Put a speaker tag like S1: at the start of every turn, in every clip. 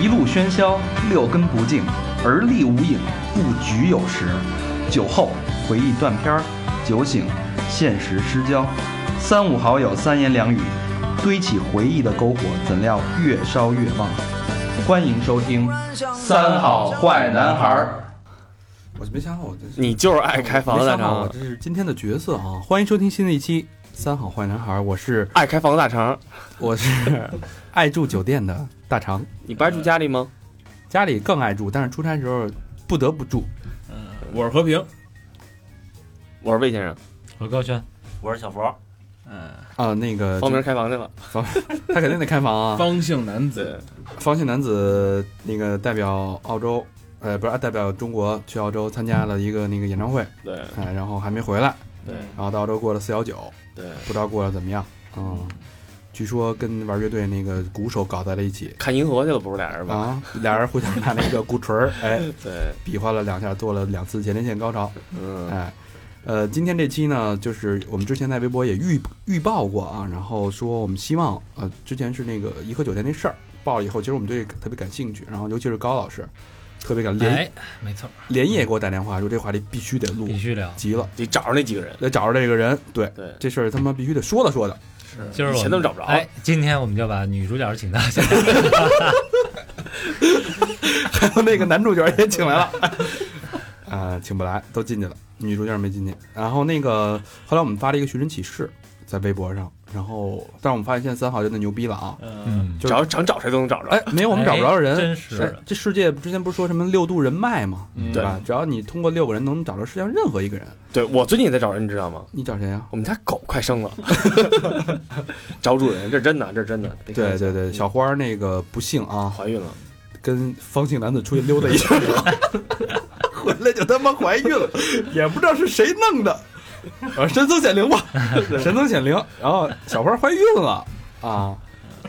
S1: 一路喧嚣，六根不净，而立无影，不局有时。酒后回忆断片儿，酒醒现实失焦。三五好友三言两语，堆起回忆的篝火，怎料越烧越旺。欢迎收听《三好坏男孩儿
S2: 我就没想好，我这
S3: 你就是爱开房的大
S2: 没想好我这
S3: 肠，
S2: 是今天的角色啊！欢迎收听新的一期《三好坏男孩》，我 是
S3: 爱开房的大肠。
S2: 我是 爱住酒店的大肠，
S3: 你不爱住家里吗？
S2: 家里更爱住，但是出差时候不得不住。
S4: 我是和平，
S3: 我是魏先生，
S4: 我是高轩，
S5: 我是小佛，
S2: 啊、那个
S3: 方明开房去了。
S2: 他肯定得开房啊！
S4: 方姓男子，
S2: 方姓男子那个代表澳洲，呃，不是代表中国去澳洲参加了一个那个演唱会，
S3: 对
S2: 哎、然后还没回来，
S3: 对
S2: 然后到澳洲过了四幺九，
S3: 对，
S2: 不知道过得怎么样。嗯，据说跟玩乐队那个鼓手搞在了一起
S3: 看银河去了，不是俩人吧？
S2: 啊，俩人互相拿那个鼓槌儿，哎。
S3: 对，
S2: 比划了两下，做了两次前列腺高潮。
S3: 嗯，
S2: 哎，呃，今天这期呢，就是我们之前在微博也预预报过啊，然后说我们希望，呃，之前是那个颐和酒店那事儿报了以后，其实我们对这特别感兴趣，然后尤其是高老师，特别感连、
S4: 哎，没错，
S2: 连夜给我打电话说这话题必须得录，
S4: 必须聊。
S2: 急了，
S3: 得找着那几个人。
S2: 得找着这个人，对。
S3: 对，
S2: 这事儿他妈必须得说道说道，
S4: 今儿
S3: 以
S4: 我
S3: 前
S4: 们
S3: 都找不着。
S4: 哎，今天我们就把女主角请到现场，
S2: 还有 那个男主角也请来了， 啊、请不来，都进去了，女主角没进去。然后那个后来我们发了一个寻人启事在微博上，然后但是我们发现现在三好真的牛逼了啊，
S4: 嗯，
S2: 就是
S3: 找想找谁都能找着。
S2: 哎，没有我们找不着人，
S4: 哎真是
S2: 哎这世界之前不是说什么六度人脉吗？
S4: 嗯
S2: 对吧？只要你通过六个人能找着世界上任何一个人，
S3: 对我最近也在找人，你知道吗？
S2: 你找谁啊呀、
S3: 我们家狗快 生了，找主人，这是真的，这是真的。别开
S2: 对
S3: 玩笑
S2: 对
S4: 嗯
S2: 对，小花儿那个不幸啊，
S3: 嗯怀孕了，
S2: 跟方姓男子出去溜达一圈儿，回来就他妈怀孕了， 也不知道是谁弄的， 啊，神僧显灵吧， 神僧显灵。然后小花怀孕了啊，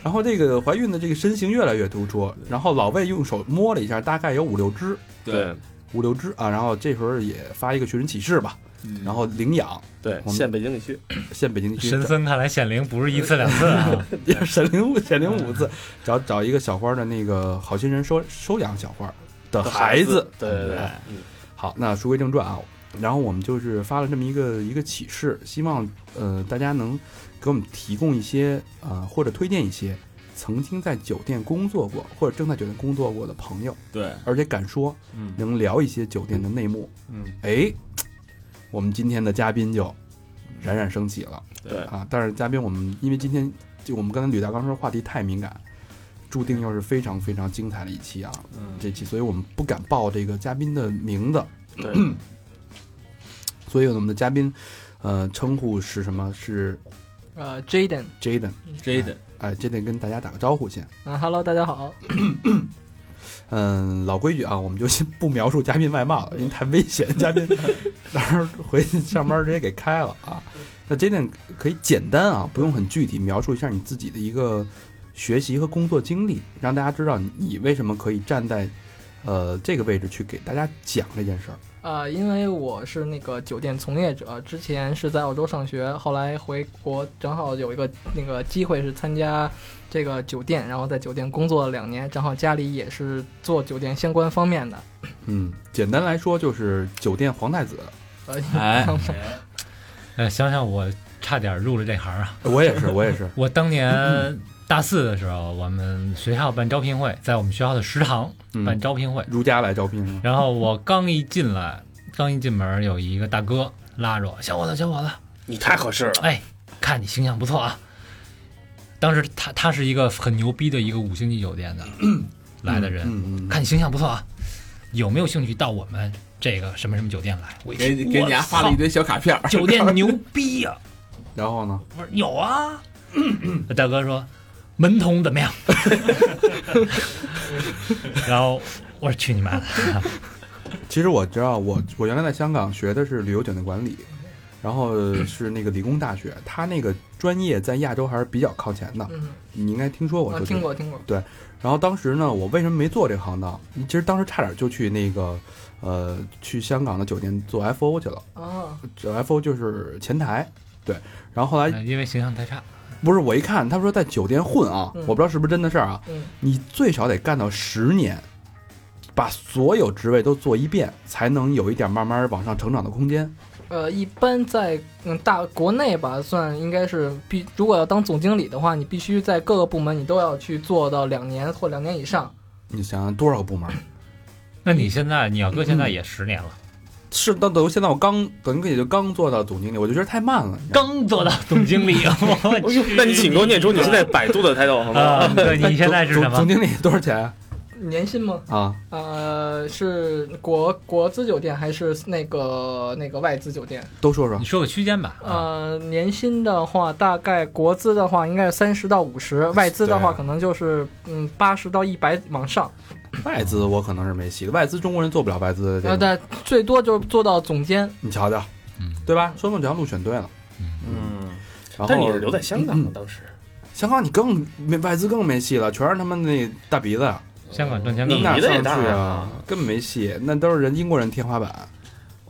S2: 然后这个怀孕的这个身形越来越突出，然后老魏用手摸了一下，大概有五六只，
S3: 对
S2: 五六只啊。然后这时候也发一个寻人启事吧，然后领养
S3: 对，
S2: 我们
S3: 现北京地区，
S2: 现北京地区
S4: 神僧看来显灵不是一次两次啊，
S2: 神 灵显灵五次，找找一个小花的那个好心人收收养小花的孩子，
S3: 对对对，嗯
S2: 好，那书归正传啊，然后我们就是发了这么一个一个启示，希望呃大家能给我们提供一些呃或者推荐一些曾经在酒店工作过或者正在酒店工作过的朋友，
S4: 对，
S2: 而且敢说
S4: 嗯
S2: 能聊一些酒店的内幕。嗯，哎，我们今天的嘉宾就冉冉升起了。
S3: 对
S2: 啊，但是嘉宾我们因为今天就我们刚才吕大刚说话题太敏感，注定又是非常非常精彩的一期啊，这期所以我们不敢报这个嘉宾的名字，
S3: 对，
S2: 所以我们的嘉宾呃称呼是什么？是
S6: 呃，Jaden，
S2: Jaden。
S4: ，Jaden，
S2: 哎，Jaden 跟大家打个招呼先。
S6: 嗯，Hello，大家好，
S2: 嗯，老规矩啊，我们就先不描述嘉宾外貌了，因为太危险，嘉宾 到时候回去上班直接给开了啊。那 Jaden 可以简单啊，不用很具体描述一下你自己的一个学习和工作经历，让大家知道你为什么可以站在呃这个位置去给大家讲这件事儿。
S6: 呃，因为我是那个酒店从业者，之前是在澳洲上学，后来回国，正好有一个那个机会是参加这个酒店，然后在酒店工作了两年，正好家里也是做酒店相关方面的，
S2: 嗯，简单来说就是酒店皇太子，
S6: 呃，
S4: 哎，呃，想想我差点入了这行啊！
S2: 我也是，我也是。
S4: 我当年大四的时候，我们学校办招聘会，在我们学校的食堂办
S2: 嗯，
S4: 招聘会，
S2: 如家来招聘是吗？
S4: 然后我刚一进来，刚一进门，有一个大哥拉着我，小伙子，小伙子，
S3: 你太合适了。
S4: 哎，看你形象不错啊。当时他他是一个很牛逼的一个五星级酒 店的来的人，
S2: 嗯嗯嗯，
S4: 看你形象不错啊，有没有兴趣到我们这个什么什么酒店来？我一
S7: 给
S4: 听
S7: 给你还发了一，堆小卡片儿
S4: 我操，酒店牛逼 呀、
S2: 然后呢？
S4: 我说有啊。大哥说门童怎 么样？然后我说去你妈的！
S2: 其实我知道，我我原来在香港学的是旅游酒店管理，然后是那个理工大学，他那个专业在亚洲还是比较靠前的，
S6: 嗯，
S2: 你应该听说过，
S6: 啊，
S2: 就是
S6: 听。过听过，
S2: 然后当时呢，我为什么没做这个行当？其实当时差点就去那个，呃，去香港的酒店做 FO 去了，呃
S6: 啊，
S2: 做 FO 就是前台，对。然后后来
S7: 哎
S4: 因为形象太差，
S2: 不是我一看，他说在酒店混啊，
S6: 嗯
S2: 我不知道是不是真的事儿啊，
S6: 嗯
S2: 你最少得干到十年，把所有职位都做一遍，才能有一点慢慢往上成长的空间。
S6: 呃，一般在嗯大国内吧，算应该是必，如果要当总经理的话，你必须在各个部门你都要去做到两年或两年以上。
S2: 你想想多少个部门？
S6: 嗯
S4: 那你现在，你要搁现
S7: 嗯
S4: 在也十年了，
S2: 是到等现在我刚等于也就刚做到总经理，我就觉得太慢了。你知道吗
S4: 刚做到总 经理，我去
S3: 哎那你请给我念出你现在百度的 title 好吗？
S4: 啊，对 你现在是
S2: 总
S4: 什
S2: 总
S4: 么？
S2: 经理多少钱
S6: 年薪吗？
S2: 啊？
S6: 呃，是国国资酒店还是那个那个外资酒店？
S2: 都说说
S4: 你。说个区间吧。啊，
S6: 呃，年薪的话，大概国资的话应该是三十到五十，外资的话
S2: 对
S6: 可能就是嗯八十到一百往上。
S2: 外资我可能是没戏，外资中国人做不了外资的这
S6: 呃，
S2: 种。
S6: 但最多就是做到总监。
S2: 你瞧瞧，
S4: 嗯
S2: 对吧？说明这条路选对了。
S3: 嗯，
S2: 然后
S3: 但你是留在香港
S2: 嗯
S3: 吗
S2: 嗯？
S3: 当时
S2: 香港，你更没外资更没戏了，全是他妈那大鼻子，啊
S4: 香港挣钱更
S3: 你
S2: 那
S4: 难
S3: 鼻子
S2: 上
S3: 也
S2: 去
S3: 大
S2: 啊
S3: 啊，
S2: 根本没戏，那都是人英国人天花板，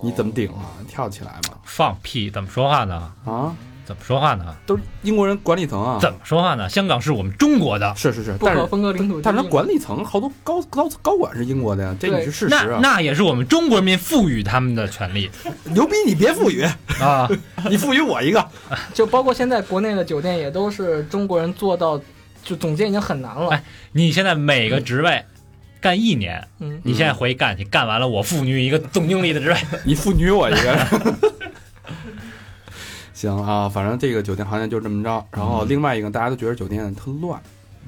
S2: 你怎么顶啊？跳起来嘛！
S4: 放屁，怎么说话呢？
S2: 啊，
S4: 怎么说话呢？
S2: 都是英国人管理层啊，
S4: 怎么说话呢？香港是我们中国的，
S2: 是是是，
S6: 不
S2: 但
S6: 可
S2: 是
S6: 分割领土之地嘛。
S2: 但是他管理层好多高高高管是英国的呀，这你
S6: 对
S2: 是事实
S4: 那
S2: 啊，
S4: 那也是我们中国人民赋予他们的权利
S2: 牛逼！你别赋予，
S4: 啊。
S2: 你赋予我一个，
S6: 就包括现在国内的酒店也都是中国人做到，就总监已经很难了。
S4: 哎你现在每个职位干一年，
S6: 嗯，
S4: 你现在回干去，干完了我赋予一个总经理的职位。
S2: 你妇女 我一个。 行啊，反正这个酒店行业就这么着。然后另外一个，大家都觉得酒店特乱。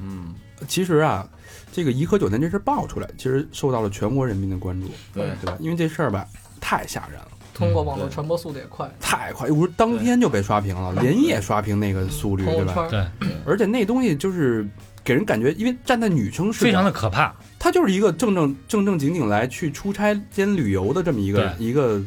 S5: 嗯，
S2: 其实啊，这个颐和酒店这事儿爆出来，其实受到了全国人民的关注，
S5: 对
S2: 对吧？因为这事儿吧，太吓人了，
S6: 通
S2: 嗯
S6: 过网络传播速度也快，
S2: 太快，我说当天就被刷屏了，连夜刷屏那个速率，
S6: 朋
S2: 对
S6: 友
S2: 吧？
S6: 圈
S4: 对，
S2: 而且那东西就是给人感觉，因为站在女生视
S4: 非常
S2: 角，
S4: 的可怕。
S2: 她就是一个正正正正经经来去出差兼旅游的这么一个一个，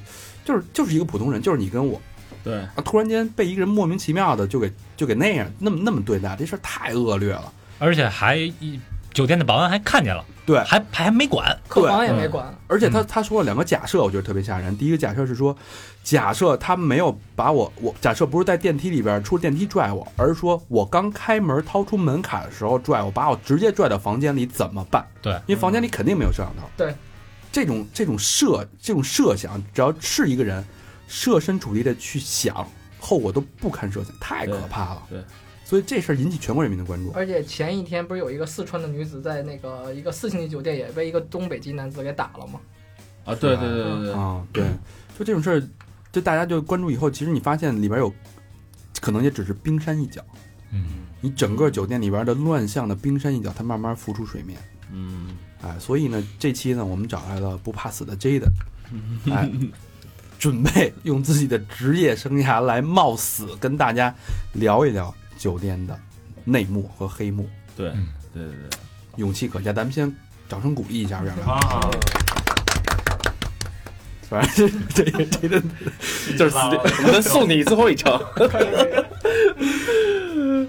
S2: 就是就是一个普通人，就是你跟我。
S5: 对，
S2: 啊，突然间被一个人莫名其妙的就给就给那样那么那么对待，这事儿太恶劣了。
S4: 而且还一酒店的保安还看见了，
S2: 对
S4: 还还没管，
S6: 客房也
S2: 嗯
S6: 没管，
S2: 而且他
S5: 嗯
S2: 他说了两个假设，我觉得特别吓人。第一个假设是说，假设他没有把我我假设不是在电梯里边出电梯拽我，而是说我刚开门掏出门卡的时候拽我，把我直接拽到房间里怎么办？
S4: 对，
S2: 因为房间里肯定没有摄像头。
S6: 对，
S2: 这种这种设这种设想，只要是一个人设身处地的去想，后果都不堪设想，太可怕了。
S5: 对对啊
S2: 所以这事儿引起全国人民的关注。
S6: 而且前一天不是有一个四川的女子在那个一个四星级酒店也被一个东北籍男子给打了吗？嗯
S5: 啊，对对对对对，
S2: 啊，对，就这种事儿，就大家就关注以后，其实你发现里边有，可能也只是冰山一角。
S4: 嗯，
S2: 你整个酒店里边的乱象的冰山一角，它慢慢浮出水面。
S5: 嗯，
S2: 哎，所以呢，这期呢，我们找来了不怕死的 Jaden，哎，准备用自己的职业生涯来冒死跟大家聊一聊酒店的内幕和黑幕，
S5: 对
S4: 嗯
S5: 对对对，
S2: 勇气可嘉。咱们先掌声鼓励一下，要不然，
S3: 啊，
S2: 反正这这这这
S3: 就是死定，我们送你最后一程。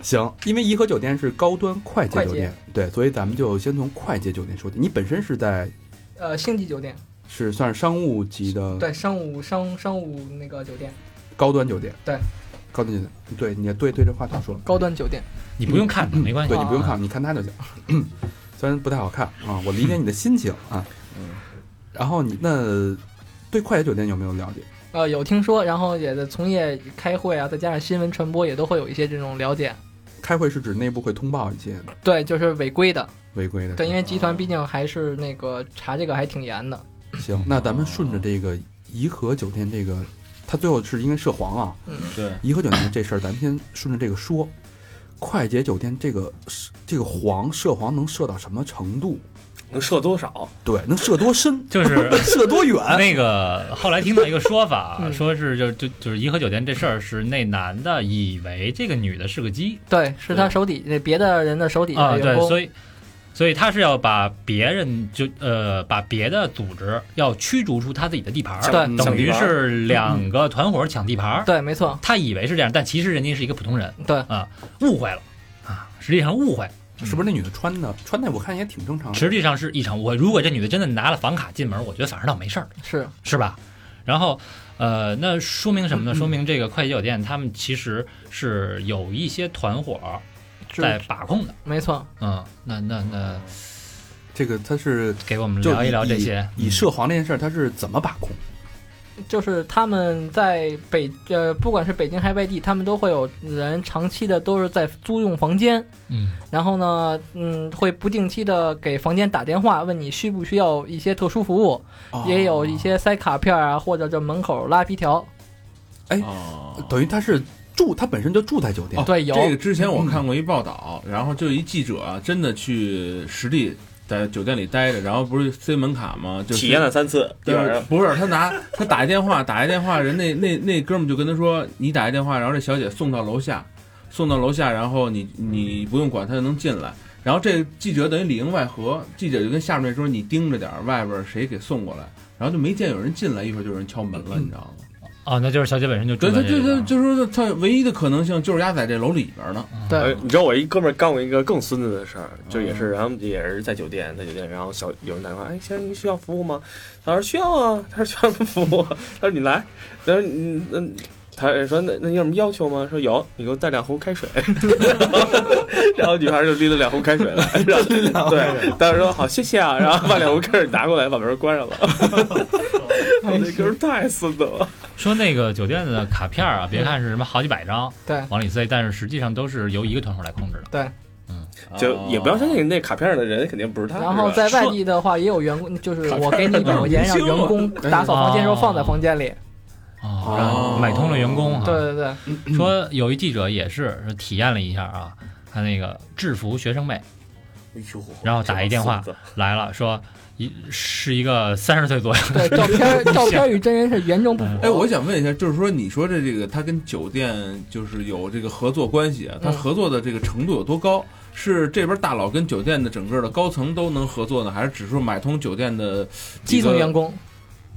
S2: 行，因为颐和酒店是高端快捷
S6: 快
S2: 酒
S6: 捷
S2: 店，对，所以咱们就先从快捷酒店说起。你本身是在
S6: 呃，星级酒店，
S2: 是算是商务级的
S6: 对，商务商商务那个酒店，
S2: 高端酒店，
S6: 对，
S2: 高端酒店，对，你对对着话筒说，
S6: 高端酒店。
S4: 你不用看，没关系
S2: 对。你不用看，你看他就行。 虽然不太好看啊，我理解你的心情啊。
S6: 嗯
S2: 然后你那对快捷酒店有没有了解？
S6: 呃，有听说，然后也在从业开会啊，再加上新闻传播，也都会有一些这种了解。
S2: 开会是指内部会通报一些
S6: 对，就是违规的，
S2: 违规的事儿。
S6: 对，因为集团毕竟还是那个查这个还挺严的。
S2: 行，那咱们顺着这个颐和酒店这个，它最后是因为涉黄啊，
S6: 嗯
S5: 对，
S2: 颐和酒店这事儿，咱们先顺着这个说。快捷酒店这个是这个黄涉黄能涉到什么程度？
S3: 能射多少？
S2: 对，能涉多深，
S4: 就是
S2: 涉多远？
S4: 那个后来听到一个说法，
S6: 嗯
S4: 说是就就就是颐和酒店这事儿是那男的以为这个女的是个鸡
S6: 对，是他手底那别的人的手底
S4: 啊，
S6: 下
S4: 对
S6: 员，工。
S4: 所以所以他是要把别人就呃把别的组织要驱逐出他自己的地盘
S3: 抢
S4: 儿，
S6: 对
S3: 抢
S4: 等于
S3: 地盘儿
S4: 是两个团伙抢地盘儿。
S6: 对，没错，
S4: 他以为是这样，但其实人家是一个普通人，
S6: 对
S4: 啊，误会了啊，实际上误会。
S2: 是不是那女的穿的穿的？我看也挺正常的。
S4: 实际上是一场误会。如果这女的真的拿了房卡进门，我觉得反而倒没事儿，
S6: 是
S4: 是吧？然后，呃，那说明什么呢？说明这个快捷酒店他们其实是有一些团伙儿
S6: 是
S4: 在把控的。
S6: 没错，
S4: 嗯，那那那
S2: 这个他是
S4: 给我们
S2: 就
S4: 聊一
S2: 以
S4: 聊这些。嗯
S2: 以涉黄这件事儿，他是怎么把控？
S6: 就是他们在北呃，不管是北京还是外地，他们都会有人长期的都是在租用房间，
S4: 嗯
S6: 然后呢，嗯，会不定期的给房间打电话，问你需不需要一些特殊服务，也有一些塞卡片啊，或者这门口拉皮条，
S5: 哦
S2: 等于他是住，他本身就住在酒店。
S6: 对，有
S5: 这个之前我看过一报道，然后就一记者啊真的去实地在酒店里待着，然后不是塞门卡吗？就
S3: 体验了三次，一
S5: 对
S3: 晚上，
S5: 不是他拿他打一电话，打一电话，人那那那哥们儿就跟他说，你打一电话，然后这小姐送到楼下，送到楼下，然后你你不用管，他就能进来。然后这记者等于里应外合，记者就跟下面那说你盯着点儿，外边儿谁给送过来，然后就没见有人进来，一会儿就有人敲门了，你知道吗？
S4: 哦，那就是小姐本身就住
S5: 对，
S4: 在
S5: 他
S4: 这
S5: 就
S4: 个
S5: 就就说他唯一的可能性就是压在这楼里边呢。
S3: 哎
S6: 对，
S3: 你知道我一哥们儿干过一个更孙子的事儿，就也是，然后也是在酒店，在酒店，然后小有人打电话，哎，先生您需要服务吗？他说需要啊，他说需要什么服务啊？ 他说你来，他说嗯嗯，他说那那你有什么要求吗？说有，你给我带两壶开 水，然后女孩就拎了两壶开水来，然后对，当时说好谢谢啊，然后把两壶开水拿过来，把门关上 了。我那哥们儿太孙子了，
S4: 说那个酒店的卡片儿啊，别看是什么好几百张
S6: 对
S4: 往里塞，但是实际上都是由一个团伙来控制的。
S3: 就也不要相
S5: 哦。
S3: 信那卡片上的人肯定不是他。
S6: 然后
S3: 是吧
S6: 在外地的话，也有员工，就是我给你一百块钱，让员工打扫房间的时候放在房间里。
S4: 哦，让买通了员工啊。
S6: 对，对 对，
S4: 说有一记者也是说体验了一下啊，他那个制服学生妹
S3: 哎呦
S4: 然后打一电话
S3: 这帮孙子
S4: 来了，说一是一个三十岁左右，
S6: 对，照片照片与真人是 严重不符。
S5: 哎，我想问一下，就是说，你说这这个他跟酒店就是有这个合作关系啊，他
S6: 嗯
S5: 合作的这个程度有多高？是这边大佬跟酒店的整个的高层都能合作呢，还是只是买通酒店的
S6: 基层员
S5: 工
S6: 工，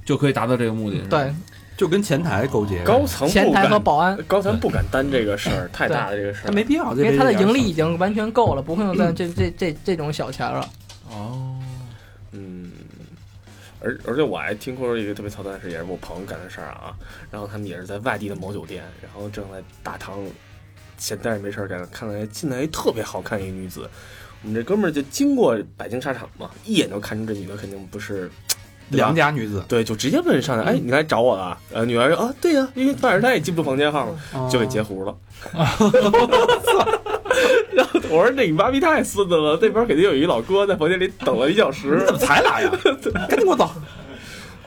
S5: 就可以达到这个目的？是吧，
S6: 对，
S2: 就跟前台勾结，
S3: 高层不
S6: 前台
S3: 敢
S6: 和保安，
S3: 高层不敢担这个事 儿，太大的这个事
S2: 他
S3: 儿，
S2: 没必要，
S6: 因为
S2: 这
S6: 他的
S2: 这点
S6: 盈利
S2: 事
S6: 已经完全够了，不会用在这这这这种小钱了。
S5: 哦，
S3: 嗯。而而且我还听说一个特别操蛋的事，也是我朋友干的事儿啊。然后他们也是在外地的某酒店，然后正在大堂闲待着没事儿干，看来进来一特别好看一女子。我们这哥们儿就经过百京沙场嘛，一眼就看出这女的肯定不是
S2: 儿良家女子
S3: 对，就直接问上来，哎，你来找我了？呃，女孩说啊，对呀、因为范尔他也记不住房间号嘛，
S6: 哦
S3: 就给截胡了。然后我说：“那你妈逼太孙子了！那边肯定有一老哥在房间里等了一小 时。
S2: 怎么才来呀？赶紧给我走！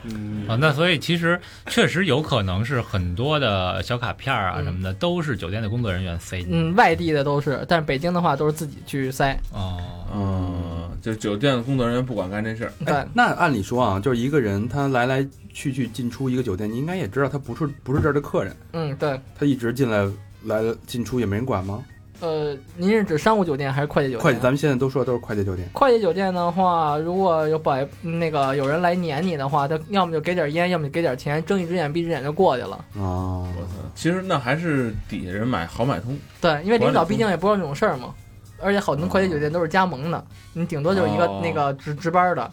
S3: 嗯
S4: 啊，那所以其实确实有可能是很多的小卡片儿啊
S2: 嗯
S4: 什么的，都是酒店的工作人员塞进去。
S6: 嗯，外地的都是，但是北京的话都是自己去塞。
S4: 哦，
S5: 嗯，就酒店的工作人员不管干这事儿，
S6: 对，
S2: 那按理说啊，就是一个人他来来去去进出一个酒店，你应该也知道他不是不是这儿的客人，
S6: 嗯，对。
S2: 他一直进来来进出也没人管吗？
S6: 呃，您是指商务酒店还是快捷酒店？啊
S2: 快捷，咱们现在都说的都是快捷酒店，
S6: 快捷酒店的话，如果有把那个有人来撵你的话，他要么就给点烟，要么就给点钱，睁一只眼闭一只眼就过去了。
S2: 哦，
S5: 我操，啊其实那还是底下人买好买通，
S6: 对，因为领
S5: 管
S6: 导
S5: 理
S6: 毕竟也不知道这种事儿嘛，而且好多快捷酒店都是加盟的，你顶多就是一个
S5: 哦
S6: 那个值值班的。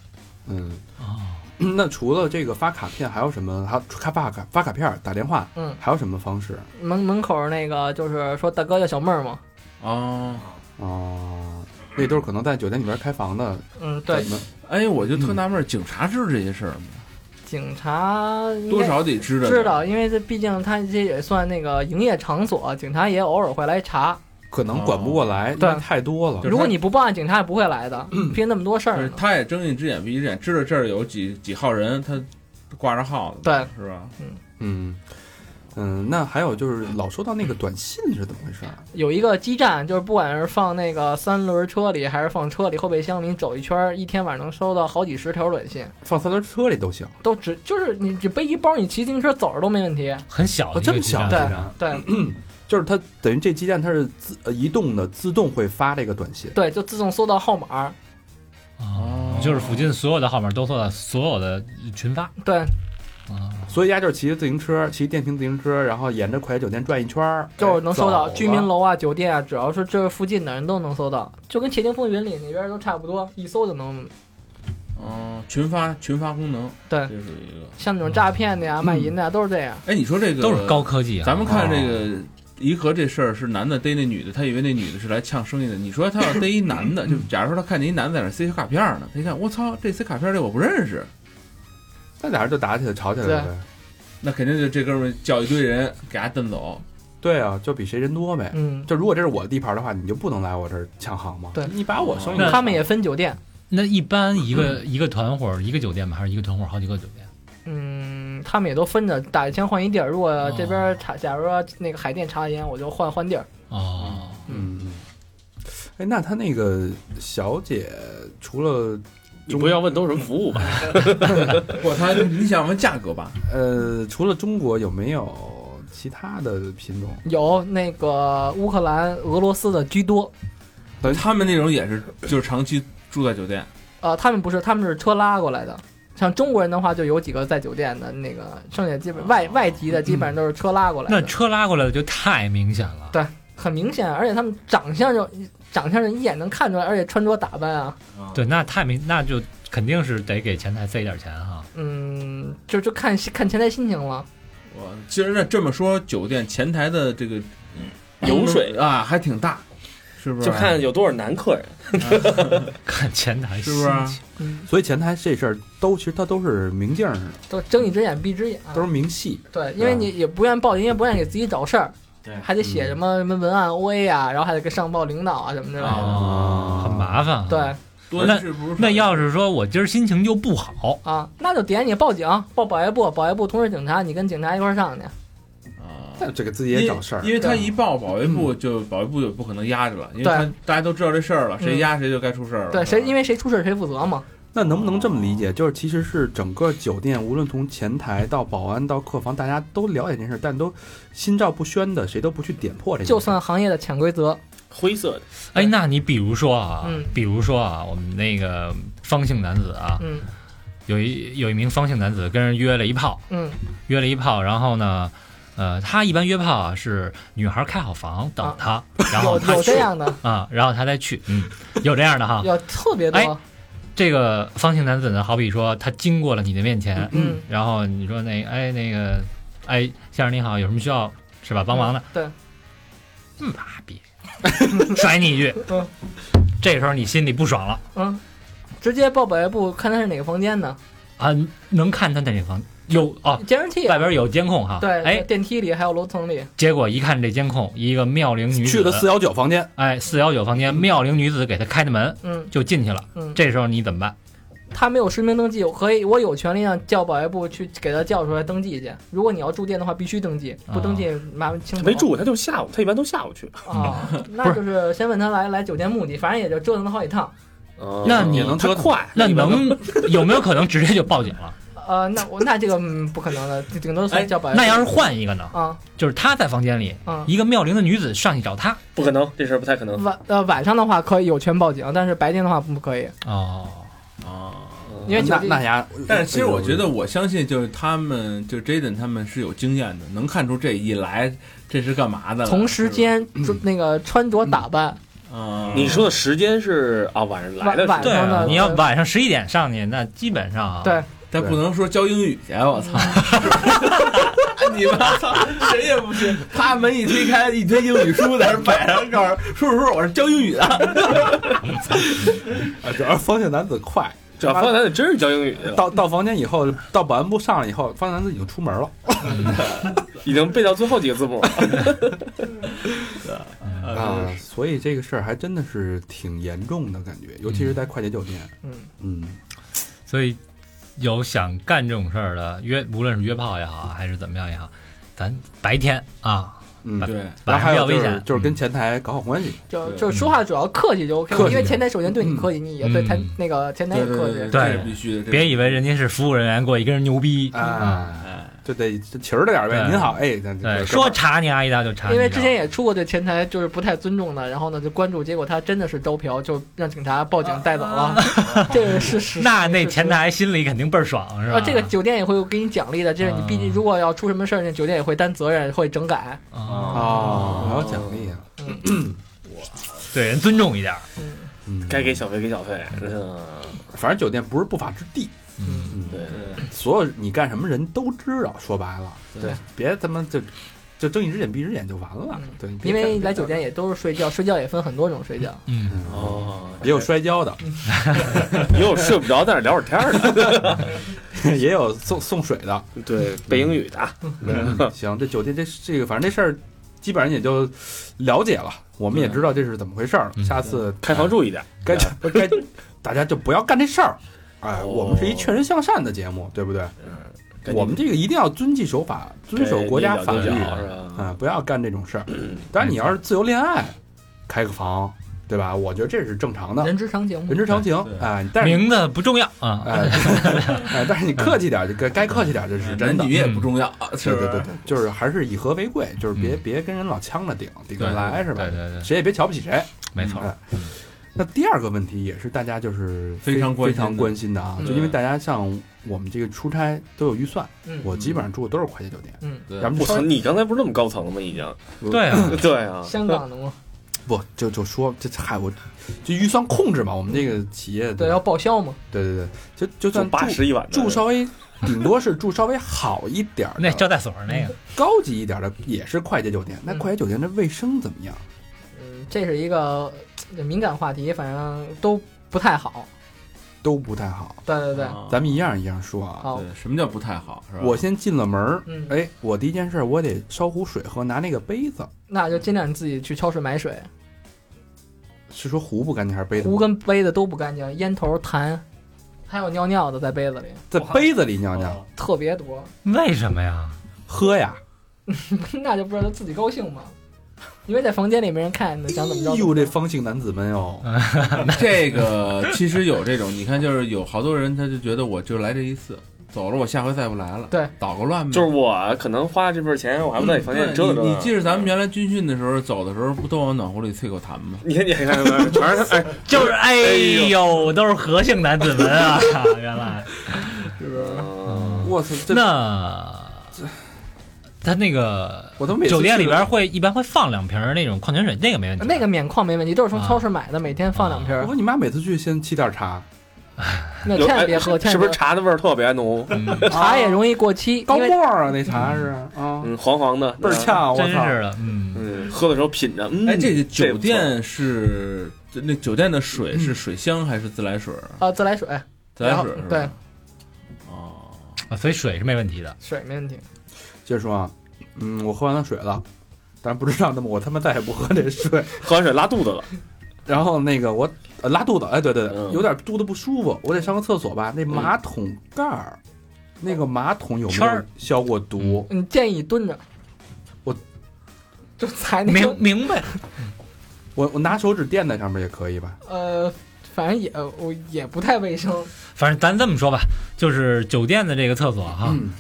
S2: 嗯，
S4: 哦
S2: 那除了这个发卡片，还有什么？还有开发卡发卡片、打电话，
S6: 嗯
S2: 还有什么方式？
S6: 门门口那个就是说大哥叫小妹儿嘛，
S5: 哦，
S2: 哦，那都是可能在酒店里边开房的，
S6: 嗯，对，
S2: 怎么
S5: 哎，我就
S6: 嗯
S5: 特纳闷儿，警察知道这些事儿吗？
S6: 警察应
S5: 多
S6: 该
S5: 少得知道
S6: 知道，因为这毕竟他这也算那个营业场所，警察也偶尔会来查。
S2: 可能管不过来，因
S6: 对
S2: 为太多了
S5: 就是。
S6: 如
S5: 他
S6: 果你不报案，警察也不会来的，毕竟那么多事
S5: 就
S6: 儿
S5: 是
S6: 呢。
S5: 他也睁一只眼闭一只眼，知道这儿有几几号人，他挂着号呢，
S6: 对，
S5: 是吧？
S2: 嗯嗯，那还有就是老收到那个短信是怎么回事啊？
S6: 有一个基站，就是不管是放那个三轮车里，还是放车里后备箱里，你走一圈儿，一天晚上能收到好几十条短信，
S2: 放三轮车里都行。
S6: 都只就是你只背一包，你骑自行车走着都没问题。嗯
S4: 很小的
S2: 哦
S4: 一
S2: 这
S4: 个
S2: 么
S4: 基
S2: 小
S4: 站
S2: 的
S6: 对
S2: 基站
S6: 对
S2: 就是它等于这基站它是自呃移动的，自动会发这个短信。
S6: 对，就自动搜到号码。
S4: 哦就是附近所有的号码都做到所有的群发
S6: 对，
S4: 啊。
S2: 所以丫就是骑着自行车，骑电瓶自行车，然后沿着快捷酒店转一圈儿，
S6: 就是能收到
S2: 哎
S6: 居民。楼啊、酒店啊，只要是这附近的人都能搜到，就跟《窃听风云》里那边都差不多，一搜就能。
S5: 哦，群发群发功能，
S6: 对
S5: 这是一个。
S6: 像那种诈骗的呀、卖淫的呀，都是这样。
S5: 哎，你说这个
S4: 都是高，科技啊。
S5: 咱们看这个颐和这事儿是男的逮那女的，他以为那女的是来呛生意的。你 说他要逮一男的，就假如说他看见一男的在那儿塞小卡片儿呢，他一看我操，这塞卡片儿这我不认识，
S2: 那俩人就打起来，吵起来了
S6: 对
S2: 呗。
S5: 那肯定就这哥们儿叫一堆人给他蹬走。
S2: 对啊，就比谁人多呗。
S6: 嗯，
S2: 就如果这是我的地盘的话，你就不能来我这儿抢行嘛。
S6: 对
S2: 你把我生意
S4: 那
S6: 他们也分酒店，
S4: 那一般一
S5: 嗯
S4: 个一个团伙儿一个酒店吧，还是一个团伙儿好几个酒店？
S6: 嗯，他们也都分着打一枪换一地儿。如
S4: 哦
S6: 果这边查，假如说那个海淀查烟，我就换换地儿。
S4: 哦，
S2: 嗯，哎，那他那个小姐除了
S3: 你不要问都是什么服务吧？
S5: 不，他你想问价格吧？
S2: 呃，除了中国有没有其他的品种？
S6: 有那个乌克兰、俄罗斯的居多，
S5: 他们那种也是就是长期住在酒店，
S6: 呃，他们不是，他们是车拉过来的。像中国人的话，就有几个在酒店的那个，剩下基本外外籍的基本上都是车拉过来
S4: 哦嗯那
S6: 的，
S4: 车拉过来的就太明显
S5: 嗯
S4: 了。
S6: 很明显。而且他们长相就长相就一眼能看出来，而且穿着打扮啊，
S4: 对，那太明，那就肯定是得给前台塞一点钱哈。
S6: 嗯，就就看看前台心情了。
S5: 我其实那这么说，酒店前台的这个
S3: 油水
S5: 啊还挺大，是不是？
S3: 就看有多少男客人。
S4: 看前台
S5: 是不是
S4: 心
S5: 啊
S4: 情
S6: 嗯，
S2: 所以前台这事儿都其实它都是明镜儿似的，
S6: 都睁一只眼闭一只眼，啊
S2: 都是明细。
S6: 对，因为你也不愿意报警，也不愿意给自己找事儿，
S5: 对
S6: 还得写什么什么文案 OA 啊，然后还得跟上报领导啊什么之类的。
S2: 啊
S4: 很麻烦啊。
S6: 对
S5: 多
S4: 那
S5: 是不是
S4: 那要是说我今儿心情就不好，
S6: 啊，那就点你报警，报保卫部，保卫部通知警察，你跟警察一块儿上去。
S5: 啊，
S2: 但这个自己也找事儿啊
S5: 因，为他
S6: 对
S5: 一报保卫部，就保卫部就不可能压着了，因为
S6: 对
S5: 他大家都知道这事儿了，
S6: 嗯
S5: 谁压谁就该出事儿了。
S6: 对，谁因
S5: 为
S6: 为谁出事儿谁负责嘛。
S2: 那能不能这么理解？就是其实是整个酒店，无论从前台到保安到客房，大家都了解这件事儿，但都心照不宣的，谁都不去点破这件事儿。
S6: 就算行业的潜规则，
S3: 灰色的，
S4: 哎，那你比如说啊，
S6: 嗯
S4: 比如说啊，我们那个方姓男子啊，
S6: 嗯
S4: 有一有一名方姓男子跟人约了一炮，
S6: 嗯
S4: 约了一炮，然后呢，呃，他一般约炮啊是女孩开好房等他，然后
S6: 啊有
S4: 他
S6: 有
S4: 去
S6: 这样的，
S4: 啊，然后他再去，嗯，有这样的哈。
S6: 有特别
S4: 哎
S6: 多。
S4: 这个方姓男子呢，好比说他经过了你的面前，
S6: 嗯，
S4: 然后你说那哎那个哎先生你好，有什么需要是吧帮忙的？
S6: 对，
S4: 嗯，妈 逼，甩你一句
S6: 嗯，
S4: 这时候你心里不爽了。
S6: 嗯，直接报保卫部，看他是哪个房间的，
S4: 啊，能看他那个房有哦，
S6: 监视器。
S4: 外边有监控哈。
S6: 对，
S4: 哎，
S6: 电梯里还有楼层里，
S4: 结果一看这监控，一个妙龄女子
S2: 去了四，幺九房间，
S4: 哎，四幺九房间，妙龄女子给他开的门
S6: 嗯
S4: 就进去了。
S6: 嗯，
S4: 这时候你怎么办？
S6: 他没有实名登记，我可以，我有权利让叫保卫部去给他叫出来登记去。如果你要住店的话，必须登记，不登记麻烦清
S3: 他
S6: 走。
S3: 没住，他就下午，他一般都下午去。
S6: 啊，那就是先问他来来酒店目的，反正也就折腾他好几趟。
S3: 哦
S4: 那你
S2: 哦也能折
S3: 他
S2: 腾
S3: 快，
S4: 那能有没有可能直接就报警 了？
S6: 呃，那我那这个嗯不可能的，顶多算叫保卫部。
S4: 那要是换一个呢？
S6: 啊
S4: 就是他在房间里，
S6: 啊
S4: 一个妙龄的女子上去找他。
S3: 不可能，这事儿不太可能。
S6: 晚呃晚上的话可以有权报警，但是白天的话不可以，
S4: 哦，
S5: 啊，
S6: 因为酒
S2: 那
S6: 店
S2: 那家，哎
S5: 但是其实我觉得，我相信就是他们，就是 Jaden 他们是有经验的，能看出这一来这是干嘛的了。
S6: 从时间、就那个穿着打扮，
S5: 是吧啊，
S3: 你说的时间是啊，晚上来的时
S6: 晚
S3: 候，
S4: 对
S6: 晚上
S4: 啊
S6: 的，呃
S4: 你要晚上十一点上去，那基本上啊
S6: 对
S5: 但不能说教英语去，啊我 操！你妈操，谁也不信。他门一推开，一堆英语书在那儿摆着，告诉叔叔叔，我是教英语的。
S2: 啊主要是方向男子快，
S3: 只要方男得真是教英语去
S5: 啊
S3: 了，
S2: 到到房间以后，到保安部上了以后，方向男子已经出门了。
S3: 已经背到最后几个字母了。
S2: 啊，所以这个事儿还真的是挺严重的感觉，尤其是在快捷酒店。
S6: 嗯
S2: 嗯，
S4: 所以有想干这种事儿的约，无论是约炮也好，还是怎么样也好，咱白天啊，
S2: 嗯，
S5: 对，
S2: 然
S4: 晚
S2: 后还
S4: 上比较
S2: 有
S4: 危
S2: 就
S4: 险，
S2: 是就是跟
S4: 嗯
S2: 前台搞好关系，
S6: 就
S5: 对
S6: 就说话主要客气就 OK，
S2: 客气
S6: 因为前台首先对你客气，你也对
S4: 嗯
S6: 前那个前台也客
S5: 对
S6: 气。
S5: 这是必须的。这是
S4: 别以为人家是服务人员，过一跟人牛逼，
S2: 啊，
S5: 哎，
S2: 就得勤儿着点儿呗。
S4: 嗯对
S2: 您好，哎，咱
S4: 对，说查你阿姨大就啊查你一
S6: 因
S4: 大。
S6: 为之前也出过对前台就是不太尊重的，然后呢就关注，结果他真的是招嫖，就让警察报警带走了， 这个是实。
S4: 那那前台心里肯定倍儿爽，是吧？
S6: 啊，这个酒店也会给你奖励的，这是你毕竟
S4: 啊
S6: 如果要出什么事儿，那酒店也会担责任，会整改。
S4: 啊，
S2: 哦
S6: 哦
S2: 哦，还有奖励啊。
S4: 对人尊重一点。
S6: 嗯，
S2: 嗯
S3: 该给小费给小费，嗯，
S2: 反正酒店不是不法之地，
S4: 嗯，
S2: 嗯，
S3: 对，
S2: 所有你干什么人都知道，说白了，
S6: 对，
S2: 别他妈就就睁一只眼闭一只眼就完了
S6: 嗯，
S2: 对，你别
S6: 因为
S2: 干
S6: 来酒店也都是睡觉，睡觉也分很多种睡觉。
S4: 嗯，
S3: 哦，
S2: 也有摔跤的，
S3: 也有睡不着在那聊会儿天儿的，
S6: 嗯
S2: 也有送送水 的， 嗯
S3: 对，背英语的，
S2: 行，这酒店这这个反正这事儿基本上也就了解了，我们也知道这是怎么回事儿了，
S4: 嗯
S2: 下次
S3: 开房注意点，
S2: 该不是该大家就不要干这事儿。哎，
S3: 哦
S2: 我们是一劝人向善的节目，对不对？
S3: 赶紧
S2: 我们这个一定要遵纪守法，遵守国家法律
S3: 哎对你
S2: 啊
S3: 咬就咬是吧？、
S2: 不要干这种事儿。当然，你要是自由恋爱，开个房，对吧？我觉得这是正常的，
S6: 人之常情嘛
S2: 嗯人，之常情
S5: 对。
S2: 哎，但是你
S4: 名字不重要啊，
S2: 哎，哎，但是你客气点儿，就该该客气点儿，这是真的
S5: 男。女也
S6: 嗯
S5: 不重要，啊是
S2: 对
S5: 不
S2: 对对
S5: 是？
S2: 对，就是还是以和为贵，就是别
S4: 嗯
S2: 别跟人老呛着顶顶
S4: 对
S2: 着来，是吧
S4: 对？对对，
S2: 谁也别瞧不起谁。
S4: 没错，
S2: 那第二个问题也是大家就是
S5: 非常关
S2: 非
S5: 心的
S2: 常关心的啊，
S6: 嗯
S2: 就因为大家像我们这个出差都有预算，
S6: 嗯
S2: 我基本上住的都是快捷酒店，
S6: 嗯，
S5: 对
S2: 要么
S3: 我
S2: 就
S3: 操，
S2: 稍微
S3: 你刚才不是那么高层了吗？已经，
S2: 嗯
S4: 对啊，
S3: 对啊，
S6: 香港的嘛，
S2: 不就就说这嗨我就预算控制嘛，我们这个企业
S6: 对，要报销嘛，
S2: 对对对，就就
S3: 就
S2: 算
S3: 八十一晚的
S2: 住住稍微顶多是住稍微好一点 儿
S4: 那招
S2: 的
S4: 待所那个，
S2: 高级一点的也是快捷酒店，那
S6: 嗯
S2: 快捷酒店的卫生怎么样？
S6: 嗯，这是一个呃敏感话题，反正都不太好。
S2: 都不太好，
S6: 对对对，
S5: 啊
S2: 咱们一样一样说啊。
S6: 好，
S5: 对什么叫不太好？是吧？
S2: 我先进了门儿
S6: 嗯，
S2: 哎，我第一件事儿我得烧壶水喝，拿那个杯子，
S6: 那就尽量你自己去超市买水，
S2: 是说壶不干净还是杯子不干净？
S6: 壶跟杯子都不干净，烟头、痰，还有尿尿的在杯子里
S2: 在杯子里尿尿，
S6: 特别多，
S4: 为什么呀？
S2: 喝呀！
S6: 那就不知道自己高兴嘛。因为在房间里没人看，你想怎么着？
S2: 哎呦，这方姓男子们哟，
S5: 这个其实有这种，你看，就是有好多人，他就觉得我就来这一次，走了，我下回再不来了。
S6: 对，
S5: 捣个乱呗。
S3: 就是我可能花这份钱，我还不在你房间里折腾折
S5: 对
S7: 啊
S5: 你
S3: 腾。
S5: 你记着咱们原来军训的时候，走的时候不都往暖壶里啐口痰
S7: 嗯
S5: 吗？
S3: 你看，你看，你看全是他哎，
S4: 就是哎呦，都是和姓男子们 啊，原来
S3: 嗯
S2: 我操，这
S4: 那他那个
S2: 我都每次
S4: 酒店里
S2: 去
S4: 边会一般会放两瓶儿那种矿泉水，那个没问题吧，
S6: 那个免矿没问题，都是从超市买的，每天放两瓶
S2: 我
S6: 儿
S2: 说，你妈每次去先沏点茶，
S6: 那
S3: 啊 有
S6: 千
S3: 哎
S6: 万别喝，千
S3: 是不
S6: 万
S3: 是啊
S6: 别
S3: 茶的味儿特别浓？
S4: 嗯
S6: 喝，茶也容易过期，
S2: 高
S6: 因为
S2: 沫儿啊，那茶是啊，
S3: 嗯，黄黄的，
S2: 倍儿。呛，我
S4: 啊真
S2: 操！
S4: 是的，嗯，
S3: 嗯，喝的时候品着，嗯，
S5: 哎，这个
S3: 这
S5: 酒
S3: 不错
S5: 店是这那酒店的水是水箱还是自来水？
S6: 呃自来水，
S5: 自
S6: 然
S5: 来
S6: 后
S5: 水是吧？
S6: 对
S5: 哦，
S4: 啊所以水是没问题的，
S6: 水没问题。
S2: 接着说啊，嗯，我喝完了水了，但不知道那么我他妈再也不喝这水，
S3: 喝完水拉肚子了，
S2: 然后那个我呃拉肚子，哎，对对对，
S3: 嗯
S2: 有点肚子不舒服，我得上个厕所吧。那马桶盖儿，那个马桶有没
S4: 圈
S2: 有
S4: 儿
S2: 消过毒？
S6: 你建议蹲着，
S2: 我
S6: 就踩那
S4: 明
S6: 个
S4: 明白，
S2: 我我拿手指垫在上面也可以吧？
S6: 呃，反正也呃我也不太卫生，
S4: 反正咱这么说吧，就是酒店的这个厕所哈，
S2: 嗯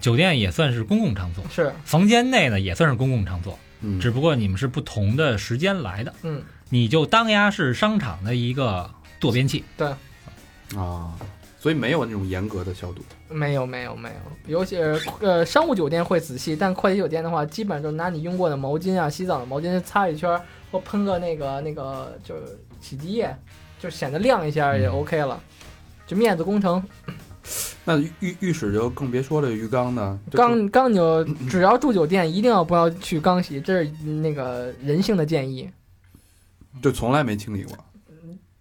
S4: 酒店也算是公共场所，
S6: 是
S4: 房间内呢也算是公共场所，
S2: 嗯，
S4: 只不过你们是不同的时间来的，
S6: 嗯，
S4: 你就当呀是商场的一个坐便器，
S2: 啊，所以没有那种严格的消毒。
S6: 没有没有没有，尤其是呃商务酒店会仔细，但快捷酒店的话，基本上就是拿你用过的毛巾啊、洗澡的毛巾擦一圈儿，或喷个那个那个就是洗涤液，就显得亮一下也
S4: 嗯
S6: OK 了。就面子工程，
S2: 那浴浴室就更别说了，浴缸呢？就
S6: 刚刚你就只要住酒店，一定要不要去刚洗，这是那个人性的建议，
S2: 就从来没清理过。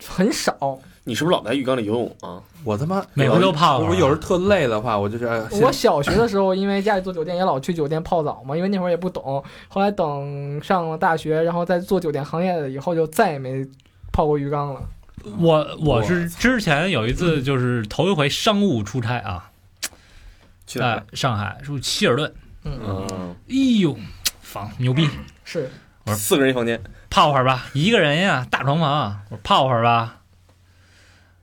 S6: 很少。
S3: 你是不是老在浴缸里游泳啊？
S2: 我他妈
S4: 每回都
S5: 啊
S4: 泡了
S2: 哎我有时候特累的话，我就是哎先
S6: 我小学的时候，因为家里做酒店，也老去酒店泡澡嘛，因为那会儿也不懂。后来等上了大学，然后再做酒店行业了以后，就再也没泡过鱼缸了。
S4: 我我是之前有一次就是头一回商务出差啊，
S3: 去哪
S4: 在
S3: 儿？
S4: 上海住希尔顿，
S6: 嗯，
S3: 嗯，
S4: 哎呦，房牛逼，
S6: 是
S4: 嗯
S3: 四个人一房间，
S4: 泡会儿吧，一个人呀，大床房啊，我说泡会儿吧。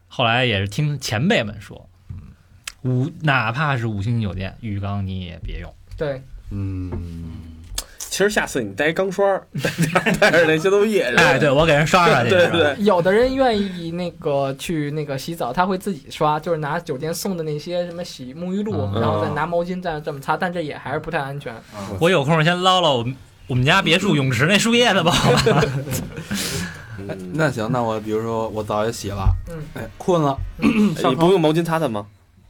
S4: 后来也是听前辈们说，五哪怕是五星级酒店，浴缸你也别用。
S6: 对，
S2: 嗯，
S3: 其实下次你带一钢刷儿， 带着那些东西，
S4: 哎，对我给人刷刷去，
S3: 对
S4: 是吧
S3: 对，
S6: 有的人愿意那个去那个洗澡，他会自己刷，就是拿酒店送的那些什么洗沐浴露，
S4: 嗯
S6: 然后再拿毛巾这样这么擦，但这也还是不太安全。
S4: 我有空先捞捞我们我们家别墅泳池那树叶子吧。
S2: 哎
S3: 嗯，
S2: 那行，那我比如说我澡也洗了，
S6: 嗯，
S2: 哎，困了，
S7: 嗯
S2: 哎
S3: 你不用毛巾擦擦吗？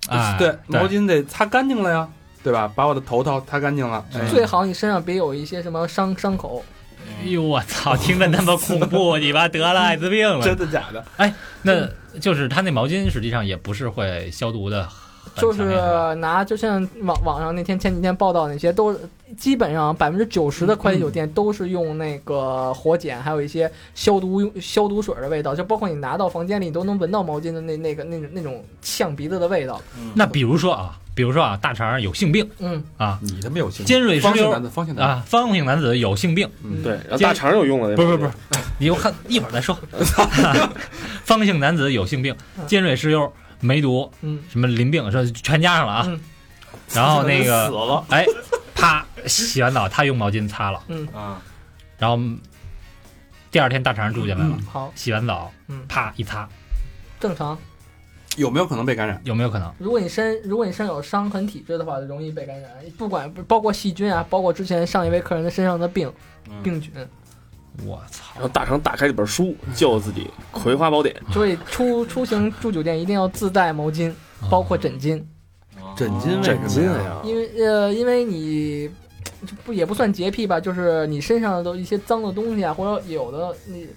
S5: 哎
S4: 啊，
S2: 对，毛
S4: 对
S2: 巾得擦干净了呀，对吧？把我的头套擦干净了，哎
S6: 最好你身上别有一些什么伤伤口。
S4: 哎呦我操，听着那么恐怖，你妈 得了艾滋病了。哎
S2: 真的假的？
S4: 那就是它那毛巾实际上也不是会消毒的很
S6: 就
S4: 强烈
S6: 是
S4: 的吧，
S6: 拿，就像网网上那天前几天报道那些，都是基本上百分之九十的快捷酒
S4: 嗯
S6: 店都是用那个火碱，还有一些消毒用消毒水的味道，就包括你拿到房间里，你都能闻到毛巾的那那个那种那种呛鼻子的味道。
S4: 那比如说啊，比如说啊，大肠有性病
S6: 嗯，
S4: 啊，
S2: 你他妈有性
S4: 尖锐湿
S2: 方向
S4: 疣
S2: 男子，方向男
S4: 啊，方姓男子有性病，
S2: 嗯
S3: 对，然后大肠有用了。
S4: 不是不是不是，你又看一会儿 再说。方姓男子有性病，尖锐湿疣、梅毒、
S6: 嗯
S4: 什么淋病，这全加上了啊
S6: 嗯。
S4: 然后那
S1: 死
S4: 个，
S1: 了
S4: 哎，啪，洗完澡他用毛巾擦了，
S6: 嗯
S1: 啊！
S4: 然后第二天大肠住进来了，
S6: 好，
S4: 洗完澡
S6: 嗯，
S4: 啪一擦，
S6: 正常。
S2: 有没有可能被感染？
S4: 有没有可能？
S6: 如果你身如果你身上有伤痕体质的话，容易被感染，不管包括细菌啊，包括之前上一位客人的身上的病
S5: 嗯
S6: 病菌，
S4: 我
S3: 然
S4: 操
S3: 后！大肠打开这本书，
S4: 嗯
S3: 救自己《葵花宝典》。
S6: 所以出出行住酒店一定要自带毛巾，
S5: 啊
S6: 嗯包括枕巾，
S2: 枕
S5: 哦
S2: 巾为什
S3: 枕
S2: 么
S3: 巾
S2: 呀？
S3: 呀，
S6: 因为呃，因为你就不也不算洁癖吧，就是你身上的一些脏的东西啊，或者有的你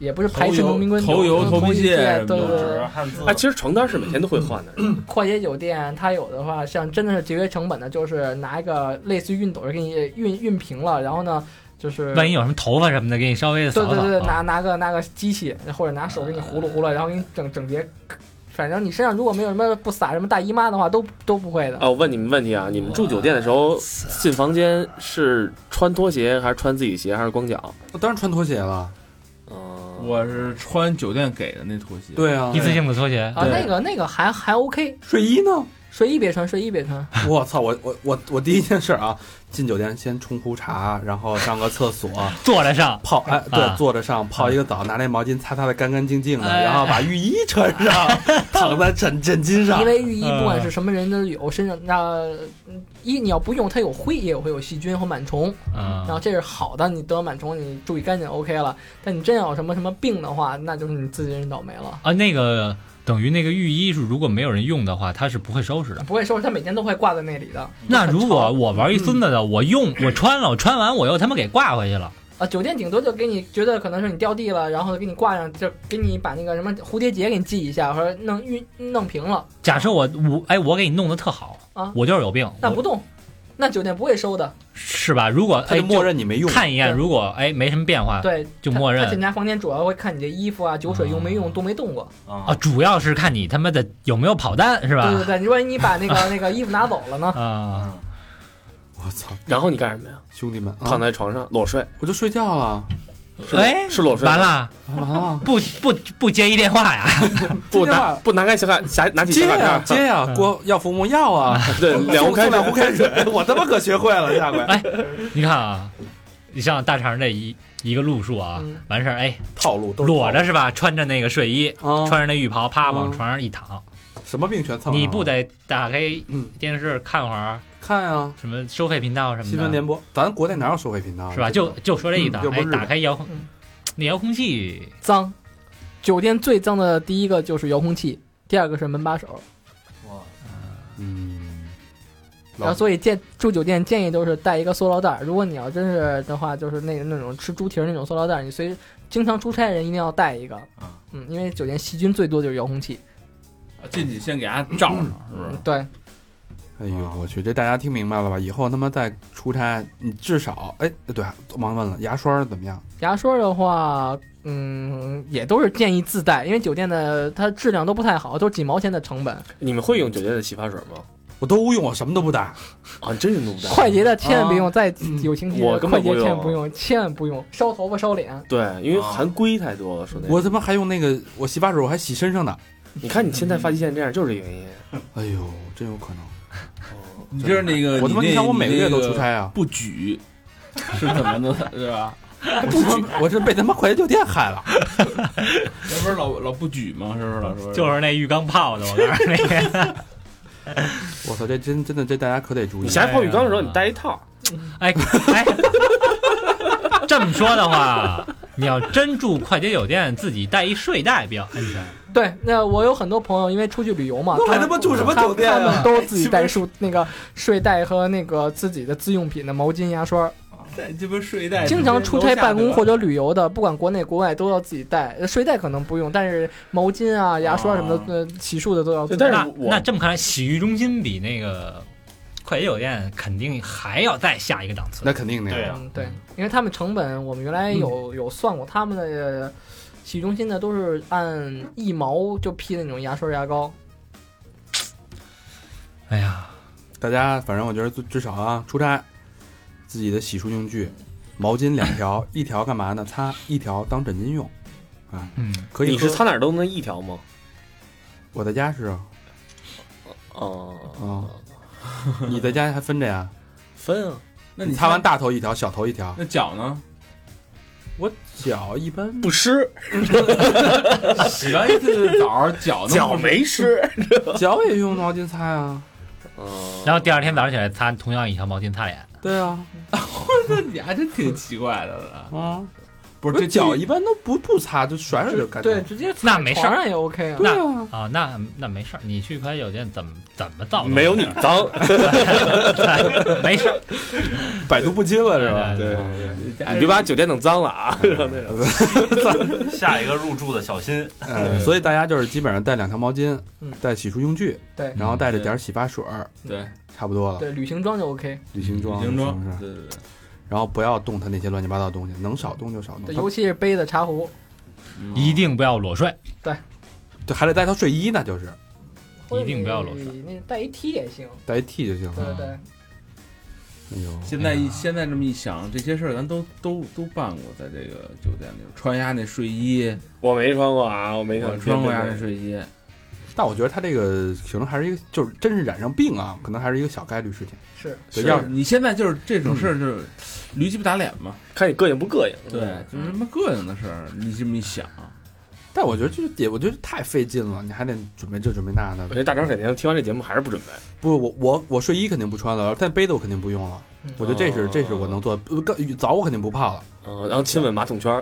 S6: 也不是排斥
S5: 头油
S6: 农民工
S5: 头油
S6: 有
S5: 头皮
S6: 头对
S5: 屑什么
S6: 对
S5: 的
S6: 对
S5: 纸
S6: 对。
S1: 汉字
S4: 嗯
S3: 哎，其实床单是每天都会换的。
S6: 快捷酒店它有的话，像真的是节约成本的，就是拿一个类似于熨斗给你熨熨平了，然后呢，就是
S4: 哦万一有什么头发什么的，给你稍微扫
S6: 对
S4: 扫。哦
S6: 对对，拿拿个拿个机器，或者拿手给你糊噜糊噜，然后给你整整洁。反正你身上如果没有什么不撒什么大姨妈的话，都都不会的。
S4: 哦
S3: 啊，我问你们问题啊，你们住酒店的时
S4: 嗯
S3: 候进房间是穿拖鞋还是穿自己鞋还是光脚？
S2: 我当然穿拖鞋了。哦
S3: 嗯，
S5: 我是穿酒店给的那拖鞋，，
S2: 对啊
S4: 一，次性的拖鞋，
S6: 啊，
S5: 对
S6: 那个那个还还 OK，
S2: 睡衣呢？
S6: 睡衣别穿，睡衣别穿。
S2: 我操！我我我我第一件事啊，进酒店先冲壶茶，然后上个厕所，
S4: 坐着上，
S2: 泡哎
S4: 啊
S2: 对，坐着上泡一个澡，拿那毛巾擦擦的干干净净的，
S4: 哎
S2: 然后把浴衣穿上，躺在枕枕巾上
S6: 因。为浴衣
S4: 嗯
S6: 不管是什么人都有，身上那嗯一你要不用它有灰，也会有细菌和螨虫，
S4: 嗯
S6: 然，后这是好的，你得了螨虫你注意干净 OK 了。但你真要有什么什么病的话，那就是你自己人倒霉了。
S4: 啊，那个等于那个浴衣是如果没有人用的话，它是不会收拾的。
S6: 不会收拾，它每天都会挂在那里的。
S4: 那
S6: 很
S4: 如
S6: 潮
S4: 果我玩一孙子的，我用我穿了，我穿完我又他妈给挂回去了，
S6: 啊，酒店顶多就给你觉得可能是你掉地了，然后给你挂上，就给你把那个什么蝴蝶结给你系一下，或者弄熨弄平了，
S4: 假设我我哎我给你弄得特好
S6: 啊
S4: 我就是有病，
S6: 那
S4: 我
S6: 不动，那酒店不会收的。
S4: 啊是吧？如果
S2: 他
S4: 哎
S2: 就默
S4: 就
S2: 认你没用，
S4: 看一眼，
S6: 对
S4: 如果哎没什么变化，
S6: 对，
S4: 就
S6: 他
S4: 默认哦
S6: 他检查房间主要会看你这衣服啊、酒水用没用、动没动过。
S4: 啊，主要是看你他妈的有没有跑单是吧
S6: 对？对对，你万一你把那个 那个衣服拿走了呢？
S4: 啊，
S2: 我操，
S3: 然后你干什么呀？
S2: 兄弟们，啊
S3: 躺在床上裸睡，
S2: 我就睡觉了，啊
S3: 是裸
S4: 哎，
S3: 是裸睡吗。
S4: 完了，
S2: 完了。
S4: 不不不接一电话呀，
S3: 不
S2: 接电
S3: 拿
S2: 话
S3: 不拿开小卡，拿拿起
S2: 接
S3: 小卡
S2: 呀
S3: 片
S2: 接
S3: 儿，嗯
S2: 呀，
S4: 嗯
S2: 锅要服务要啊，
S3: 对，两壶开
S2: 送两壶
S3: 水。
S2: 开水，我他妈可学会了，下回
S4: 你看啊，你像大肠这一一个路数啊
S6: 嗯，
S4: 完事儿哎
S2: 套路都是
S4: 裸着是吧？穿着那个睡衣，
S2: 套路啊，
S4: 穿着那浴袍，啪往
S2: 嗯
S4: 床上一躺，
S2: 什么病全蹭啊上了。
S4: 你不得打开
S2: 嗯
S4: 电视看会儿
S2: 看啊，
S4: 什么收费频道什么的，
S2: 新闻联播，咱国内哪有收费频道啊？
S4: 是吧？
S2: 这
S4: 就
S2: 个
S4: 就说这一档，
S2: 嗯又不
S4: 哎
S2: 是，日本
S4: 打开遥控
S6: 嗯，
S4: 那遥控器
S6: 脏，酒店最脏的第一个就是遥控器，第二个是门把手。
S2: 嗯，
S6: 然后所以建住酒店建议都是带一个塑料袋儿，如果你要真是的话，就是那那种吃猪蹄儿那种塑料袋儿，你随经常出差的人一定要带一个，
S3: 啊
S6: 嗯，因为酒店细菌最多就是遥控器，
S5: 进去先给它罩上，是不是？
S6: 对，
S2: 哎
S5: 啊
S2: 呦，我去，这大家听明白了吧？以后他妈再出差，你至少哎，对，忘问了，牙刷怎么样？
S6: 牙刷的话，嗯，也都是建议自带，因为酒店的它质量都不太好，都是几毛钱的成本。
S3: 你们会用酒店的洗发水吗？
S2: 我都用，我什么都不带。
S3: 啊，真是弄不到。
S6: 快捷的千万别用，再
S2: 嗯
S6: 有情节
S3: 我
S6: 的
S3: 根
S6: 快
S3: 本不
S6: 捷
S3: 用
S6: 千万不用，千万不用，烧头发烧脸。
S3: 对，因为含硅太多了，说那个。
S2: 我他妈还用那个，我洗发水我还洗身上呢。
S3: 你看你现在发际线这样，就是这原因。
S2: 哎呦，真有可能。
S5: 哦你就是那个，
S2: 我他妈，
S5: 你
S2: 你
S5: 那
S2: 想我每个月都出，
S5: 你
S2: 差啊
S5: 那，不举是怎么的，对吧？
S2: 我他妈 我这被他妈快捷酒店害了。
S5: 那不是老老不举吗？是不是老说
S4: 就是那浴缸泡的，我告诉你，
S2: 我操，这真真的这大家可得注
S3: 你
S2: 意。
S3: 下
S4: 哎
S3: 次泡浴缸的时候，你带一套。
S4: 哎哎，这么说的话，你要真住快捷酒店，自己带一睡袋比较安全。
S6: 对，那我有很多朋友因为出去旅游嘛，
S1: 那还
S6: 他
S1: 他妈住什么
S6: 他
S1: 酒店
S6: 他
S1: 啊
S6: 们？都自己带睡那个睡袋和那个自己的自用品的毛巾、牙刷，
S5: 在这边睡袋
S6: 经常出差办公或者旅游的，不管国内国外都要自己带。呃睡袋可能不用，但是毛巾啊、牙刷什么的
S5: 啊，
S6: 呃，洗漱的都要自己
S3: 但
S6: 带。
S3: 是
S4: 那
S3: 我
S4: 那这么看来，洗浴中心比那个快捷酒店肯定还要再下一个档次。
S2: 那肯定的
S5: 对
S2: 呀。
S5: 啊
S6: 嗯，对，因为他们成本，我们原来
S1: 嗯
S6: 有有算过，他们的呃洗浴中心呢都是按一毛就批那种牙刷、牙膏。
S4: 哎呀，
S2: 大家反正我觉得最至少啊，出差自己的洗漱用具，毛巾两条，一条干嘛呢？擦，一条当枕巾用，啊
S4: 嗯，
S2: 可以
S3: 你
S2: 喝。
S3: 是擦哪儿都能一条吗？
S2: 我在家是啊，
S3: 哦，
S2: 嗯，你在家还分着 呀？
S3: 分啊，
S5: 那你
S2: 擦完
S5: 大
S2: 大头一条，小头一条。
S5: 那脚呢？
S2: 我脚一般
S3: 不湿，
S5: 洗完一次澡，脚呢
S3: 脚没湿。
S2: 脚也用毛巾擦呀、哦
S3: 嗯，
S4: 然后第二天早上起来擦同样一条毛巾擦脸，
S2: 对啊，
S5: 你还真挺奇怪的了。
S2: 啊，
S5: 不
S2: 我脚一般都不不擦，就甩甩就干净。
S6: 对，直接
S4: 那没事
S6: 床
S4: 儿
S6: 上也 OK 啊。
S2: 对啊，
S4: 啊，那那没事儿，你去快捷酒店怎么怎么造都
S3: 没有你 脏，
S4: 没事儿，哎
S2: 百毒不侵了 是吧？哎
S4: 对
S3: 你别把酒店弄脏了啊！
S7: 下一个入住的小心，
S2: 嗯，所以大家就是基本上带两条毛巾
S6: 嗯，
S2: 带洗漱用具，
S6: 对
S2: 然后带着点儿洗发水儿，
S5: 对，
S2: 差不多了。
S6: 对，旅行装就 OK。
S2: 旅行装，
S5: 旅行装
S2: 是不，是？
S5: 对对对，
S2: 然后不要动它那些乱七八糟的东西，能少动就
S4: 嗯
S2: 少
S6: 对，
S2: 动。
S6: 尤其是杯子、茶壶，
S5: 嗯
S4: 一定不要裸睡。
S2: 对，还得带套睡衣呢，就是
S4: 一定不要嗯裸
S6: 或
S4: 睡
S6: 者你嗯那带一 T 也行。
S2: 带一 T 就行
S6: 对
S2: 了。
S6: 对，
S2: 哎呦，
S5: 现在一现在这么一想，这些事儿咱都都都办过，在这个酒店里穿鸭那睡衣，
S3: 我没穿过啊，我没
S5: 我
S3: 穿
S5: 穿过鸭那睡衣，
S2: 但我觉得他这个可能还是一个，就是真是染上病啊，可能还是一个小概率事情。
S6: 是
S2: 对，
S5: 要
S2: 要
S5: 是
S2: 是
S5: 你现在就是这种
S2: 嗯
S5: 事儿，就是驴鸡巴打脸嘛，
S3: 看你膈应不嗯膈应。
S5: 对，就是什么膈应的事儿，你这么一想，
S2: 但我觉得就是也，我觉得太费劲了，你还得准备这准备那
S3: 我觉
S2: 的。
S3: 得大张肯定听完这节目还是不准备，
S2: 不，我我我睡衣肯定不穿了，但杯子我肯定不用了
S6: 嗯。
S2: 我觉得这
S3: 哦
S2: 是这是我能做的，呃更澡我肯定不泡了。
S3: 嗯，然后亲吻马桶圈儿，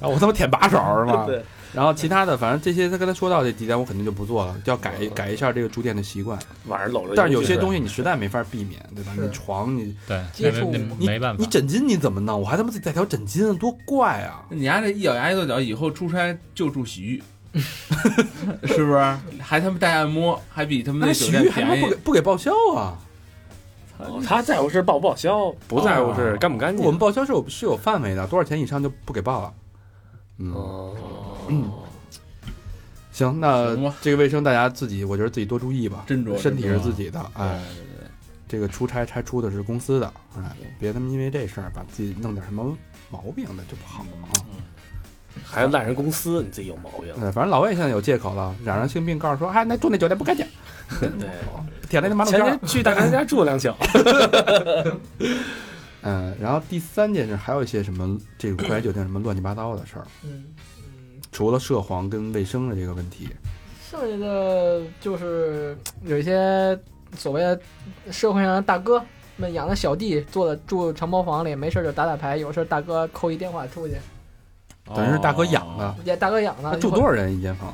S2: 啊，我他妈舔把手是吗？
S3: 对。
S2: 然后其他的，反正这些他刚才说到这几点，我肯定就不做了，就要改
S3: 哦
S2: 改一下这个住店的习惯。
S3: 晚上搂着。
S2: 但是有些东西你实在没法避免，对吧？
S6: 是
S2: 你床你
S4: 对，
S6: 接触
S4: 那
S2: 你
S4: 那没办法
S2: 你。枕巾你怎么弄？我还他妈自己带条枕巾，多怪啊！
S5: 你丫这一咬牙一跺脚，以后出差就住洗浴， 是不是？还他妈带按摩，还比他们
S2: 那
S5: 那酒
S2: 哎洗
S5: 店
S2: 浴还他妈
S5: 便
S2: 不给
S5: 宜。
S2: 不给报销啊？
S3: 哦他在乎是报不哦报销，不在乎是干不干净。
S2: 我们报销是有是有范围的，多少钱以上就不给报了。嗯，
S3: 哦，
S2: 行，那
S5: 行吧
S2: 这个卫生大家自己，我觉得自己多注意吧。
S5: 斟酌
S2: 身体
S5: 斟
S2: 是
S5: 酌
S2: 自己的，哎，
S5: 对对对
S2: 这个出差差出的是公司的，哎，别他妈因为这事儿把自己弄点什么毛病的就不好了啊。
S5: 嗯
S3: 还赖人公司，你自己有毛病。
S2: 呃，反正老魏现在有借口了，染上性病，告诉说，哎，那住那酒店不干净，
S3: 对，
S2: 舔了那马桶
S3: 前
S2: 圈
S3: 天
S2: 儿。
S3: 去大 张家住了 两宿，
S2: 嗯，然后第三件事还有一些什么这个快捷酒店什么乱七八糟的事儿，
S6: 嗯嗯，
S2: 除了涉黄跟卫生的这个问题，
S6: 剩下的就是有一些所谓的社会上的大哥们养的小弟，坐在住长包房里，没事儿就打打牌，有事儿大哥扣一电话出去，
S2: 等于是大哥养
S3: 哦
S2: 的。
S6: 也大哥养
S2: 那
S6: 的，
S2: 住多少人一间房？